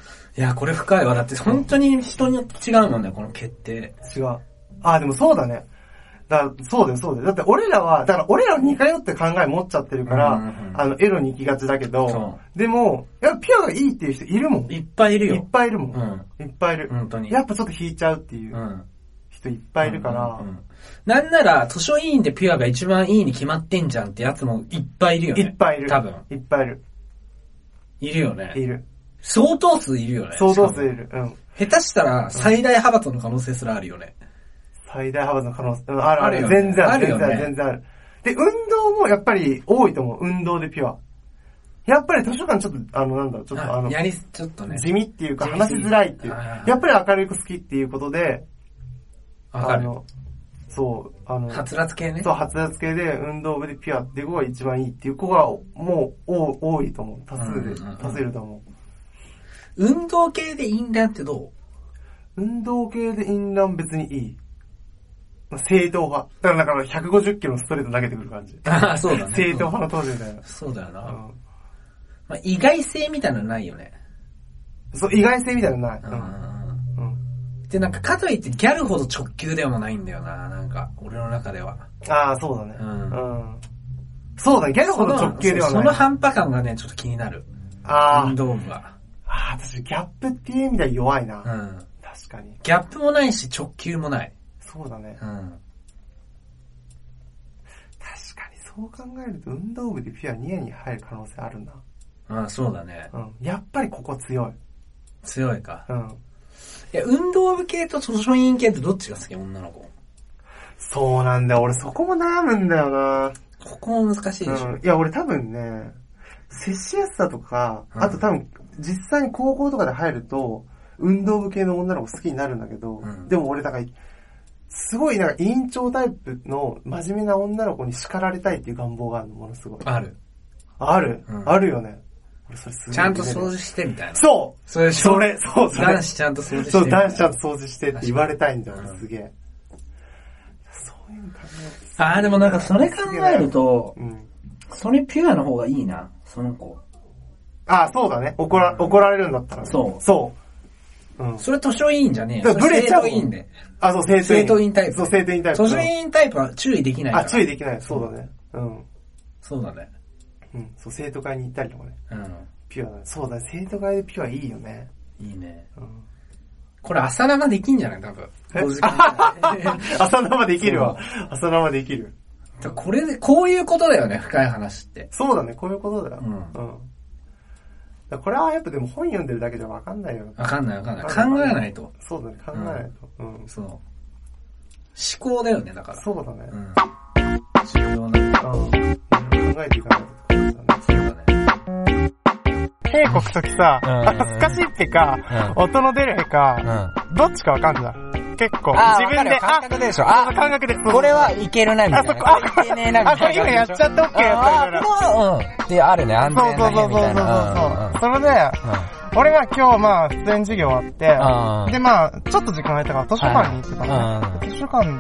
[SPEAKER 1] や、これ深いわ。だって本当に人によって違うもんだよ、この決定。
[SPEAKER 2] 違う。あ、でもそうだね。だそうだよ、そうだよ。だって俺らは、だから俺らを似通って考え持っちゃってるから、
[SPEAKER 1] うんうんうん
[SPEAKER 2] あの、エロに行きがちだけ
[SPEAKER 1] そ
[SPEAKER 2] ど、でも、やっぱピュアがいいっていう人いるもん。
[SPEAKER 1] いっぱいいる
[SPEAKER 2] いっ
[SPEAKER 1] よ。
[SPEAKER 2] ぱいいるも。
[SPEAKER 1] うんん。
[SPEAKER 2] いっぱいいる。
[SPEAKER 1] 本当に。
[SPEAKER 2] やっぱちょっと引いちゃうっていう
[SPEAKER 1] うん。
[SPEAKER 2] 人いっぱいいるから、
[SPEAKER 1] うんうんうんなんなら、図書委員でピュアが一番いいに決まってんじゃんってやつもいっぱいいるよね。
[SPEAKER 2] いっぱいいる。
[SPEAKER 1] 多分。。
[SPEAKER 2] いっぱいいる。
[SPEAKER 1] いるよ
[SPEAKER 2] い
[SPEAKER 1] ね。
[SPEAKER 2] る。
[SPEAKER 1] 相当数いるよね。
[SPEAKER 2] 相当数い
[SPEAKER 1] しかも。
[SPEAKER 2] る。うん。
[SPEAKER 1] 下手したら、最大派閥の可能性すらあるよね。
[SPEAKER 2] 最大派閥の可能性。うんあるあ
[SPEAKER 1] あるよ
[SPEAKER 2] る。
[SPEAKER 1] ね
[SPEAKER 2] 全然ある。
[SPEAKER 1] あ
[SPEAKER 2] 全
[SPEAKER 1] るよ
[SPEAKER 2] 然あ
[SPEAKER 1] ね
[SPEAKER 2] る。全然ある。で、運動もやっぱり多いと思う。運動でピュア。やっぱり図書館ちょっと、あの、なんだろう、ちょっとあの、
[SPEAKER 1] やり、ちょっとね。
[SPEAKER 2] 地味っていうか
[SPEAKER 1] 地味
[SPEAKER 2] 話しづらいっていう
[SPEAKER 1] はいはいは。い
[SPEAKER 2] やっぱり明るく好きっていうことで、
[SPEAKER 1] わか
[SPEAKER 2] あ
[SPEAKER 1] る。
[SPEAKER 2] の、そう、あの、
[SPEAKER 1] はつらつ系ね。
[SPEAKER 2] そう、発達系で運動部でピュアっていう子が一番いいっていう子が、もう、お多いと思う。多数
[SPEAKER 1] うん
[SPEAKER 2] で
[SPEAKER 1] うんうん、
[SPEAKER 2] 多数いると思う。
[SPEAKER 1] 運動系でインランって ど
[SPEAKER 2] 運動系でインラン別にいい。まあ正統派。だから、だから150キロのストレート投げてくる感じ。
[SPEAKER 1] うああ、 そうだね。
[SPEAKER 2] 正統派の当時みたいな。
[SPEAKER 1] そうだよな。
[SPEAKER 2] うん
[SPEAKER 1] まあ、意外性みたいなのないよね。
[SPEAKER 2] そう、意外性みたいなのない。
[SPEAKER 1] う
[SPEAKER 2] うん
[SPEAKER 1] ん。
[SPEAKER 2] うん
[SPEAKER 1] で、なんか、かといってギャルほど直球でもないんだよな。なんか、俺の中では。
[SPEAKER 2] ああ、そうだね。
[SPEAKER 1] う
[SPEAKER 2] うんん。そうだね、ギャルほど直球では
[SPEAKER 1] そのそ
[SPEAKER 2] な
[SPEAKER 1] の
[SPEAKER 2] い。
[SPEAKER 1] 半端感がね、ちょっと気になる。
[SPEAKER 2] あ
[SPEAKER 1] 運
[SPEAKER 2] ー
[SPEAKER 1] 動部は。
[SPEAKER 2] あー、私ギャップっていう意味では弱いな。
[SPEAKER 1] うん。
[SPEAKER 2] 確かに。
[SPEAKER 1] ギャップもないし、直球もない。
[SPEAKER 2] そうだね
[SPEAKER 1] う。ん。
[SPEAKER 2] 確かに、そう考えると運動部でピュアニアに入る可能性あるな。
[SPEAKER 1] あそうだね。
[SPEAKER 2] うん。やっぱりここ強い。
[SPEAKER 1] 強いか。
[SPEAKER 2] うん。
[SPEAKER 1] いや、運動部系と図書委員系ってどっちが好き女の子。
[SPEAKER 2] そうなんだよ。俺そこも悩むんだよな。
[SPEAKER 1] ここも難しいでしょ。
[SPEAKER 2] うん。いや、俺多分ね、接しやすさとか、
[SPEAKER 1] うん
[SPEAKER 2] あと多分、実際に高校とかで入ると、運動部系の女の子好きになるんだけど、
[SPEAKER 1] うん
[SPEAKER 2] でも俺だから、すごいなんか委員長タイプの真面目な女の子に叱られたいっていう願望があるの、ものすごい。
[SPEAKER 1] ある。
[SPEAKER 2] ある、
[SPEAKER 1] うん
[SPEAKER 2] あるよね。俺それすごい
[SPEAKER 1] ちゃんと
[SPEAKER 2] 見てる
[SPEAKER 1] 掃除してみたいな。
[SPEAKER 2] そう
[SPEAKER 1] それでしょ
[SPEAKER 2] それ、そう、それ。
[SPEAKER 1] 男子ちゃんと掃除して
[SPEAKER 2] そう、
[SPEAKER 1] みたいな
[SPEAKER 2] 男子ちゃんと掃除してって言われたいんだよ、
[SPEAKER 1] 確かに
[SPEAKER 2] 俺すげえ。そういうの考え
[SPEAKER 1] ああ、でもなんかそれ考えると、
[SPEAKER 2] うん。
[SPEAKER 1] それピュアの方がいいな、その子。
[SPEAKER 2] あ、そうだね。怒ら、怒られるんだったらね。
[SPEAKER 1] そう
[SPEAKER 2] そう。うん。
[SPEAKER 1] それ図書委員じゃねえ
[SPEAKER 2] だ
[SPEAKER 1] よ。
[SPEAKER 2] からブレちゃう
[SPEAKER 1] それ生徒委員で。
[SPEAKER 2] あ、そう、生徒
[SPEAKER 1] 生徒委員タイプ。
[SPEAKER 2] そう、生徒委員タイプ。
[SPEAKER 1] 図書委員タイプは注意できないか
[SPEAKER 2] あ、
[SPEAKER 1] ら。
[SPEAKER 2] 注意できない。そうだね。うん。
[SPEAKER 1] そうだね。
[SPEAKER 2] うん、そう、生徒会に行ったりとかね。
[SPEAKER 3] う
[SPEAKER 2] ピュアだね。そうだね、生徒会でピュアいいよね。
[SPEAKER 3] ん。いいね。
[SPEAKER 2] うん。
[SPEAKER 4] これ朝生できんじゃない多分。
[SPEAKER 3] 5時間ぐらい
[SPEAKER 2] 朝生できるわ。朝生できる。
[SPEAKER 4] だこれで、こういうことだよね、深い話って。
[SPEAKER 2] そうだね、こういうことだよ。
[SPEAKER 3] うん
[SPEAKER 2] だこれはやっぱでも本読んでるだけじゃわかんないよ。
[SPEAKER 4] わかんないわかんない。考えないと。
[SPEAKER 2] そうだね、考えないと。うん。
[SPEAKER 4] その、思考だよね、だから。
[SPEAKER 2] そうだね
[SPEAKER 4] う。ん。重要な。
[SPEAKER 2] うん。考えていかないとってことだね。
[SPEAKER 4] そうだね。
[SPEAKER 2] 稽古くときさ、恥ずかしいってか、音の出る絵か、どっちかわかんない。結構、
[SPEAKER 1] あー
[SPEAKER 2] 自分で、
[SPEAKER 1] わかるよ感覚でしょあ
[SPEAKER 2] そうそう感覚で。
[SPEAKER 1] これはいけるな、みたいな。
[SPEAKER 2] あそこあ
[SPEAKER 1] これいけねえな、み
[SPEAKER 2] あ、こ
[SPEAKER 1] た
[SPEAKER 2] れ
[SPEAKER 1] いな
[SPEAKER 2] 今や
[SPEAKER 1] 感
[SPEAKER 2] っ
[SPEAKER 1] じでしょ。
[SPEAKER 2] ちゃったオッケー
[SPEAKER 1] あー、これは、うん。で、あるね、
[SPEAKER 2] そうそうそうそうそうそう
[SPEAKER 1] 安全な家みたいな。
[SPEAKER 2] それで、俺が今日まあ、出演授業終わ
[SPEAKER 1] あ
[SPEAKER 2] っ
[SPEAKER 1] ー
[SPEAKER 2] て、でまあ、ちょっと時間空いたから図書館に行ってた
[SPEAKER 1] はいはい
[SPEAKER 2] の
[SPEAKER 1] うん
[SPEAKER 2] ね。図書館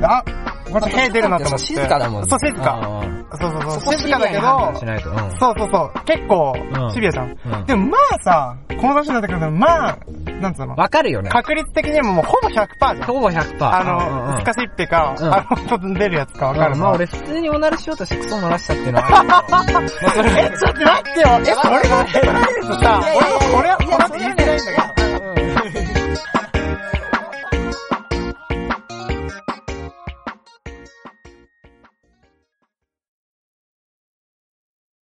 [SPEAKER 2] で、あ、これ手出るなと思って。
[SPEAKER 1] 静かだもんね。
[SPEAKER 2] そう、静か。
[SPEAKER 1] うんうん
[SPEAKER 2] そうそう
[SPEAKER 1] そ
[SPEAKER 2] そ
[SPEAKER 1] こ
[SPEAKER 2] う、静かだけど、
[SPEAKER 1] しないと。うん。
[SPEAKER 2] そうそうそう、結
[SPEAKER 1] う
[SPEAKER 2] 構、
[SPEAKER 1] ん
[SPEAKER 2] シビアじゃん。
[SPEAKER 1] うん
[SPEAKER 2] でもまあさ、この場所だったけど、まあ、なんつうの、
[SPEAKER 1] わかるよね。
[SPEAKER 2] 確率的にももうほぼ100%じゃん。
[SPEAKER 1] ほぼ100%。
[SPEAKER 2] あ
[SPEAKER 1] うんうん
[SPEAKER 2] の、難しいってか、
[SPEAKER 1] うん
[SPEAKER 2] あの、音出るやつかわかる
[SPEAKER 1] うん
[SPEAKER 2] の。
[SPEAKER 1] まあ俺普通におならしようとしてクソ漏らしたっていうのはあるけど。まあそれ
[SPEAKER 2] え、ちょっと待ってよえ、それが、え、さ、俺、俺は、この後言いづらいんだけど。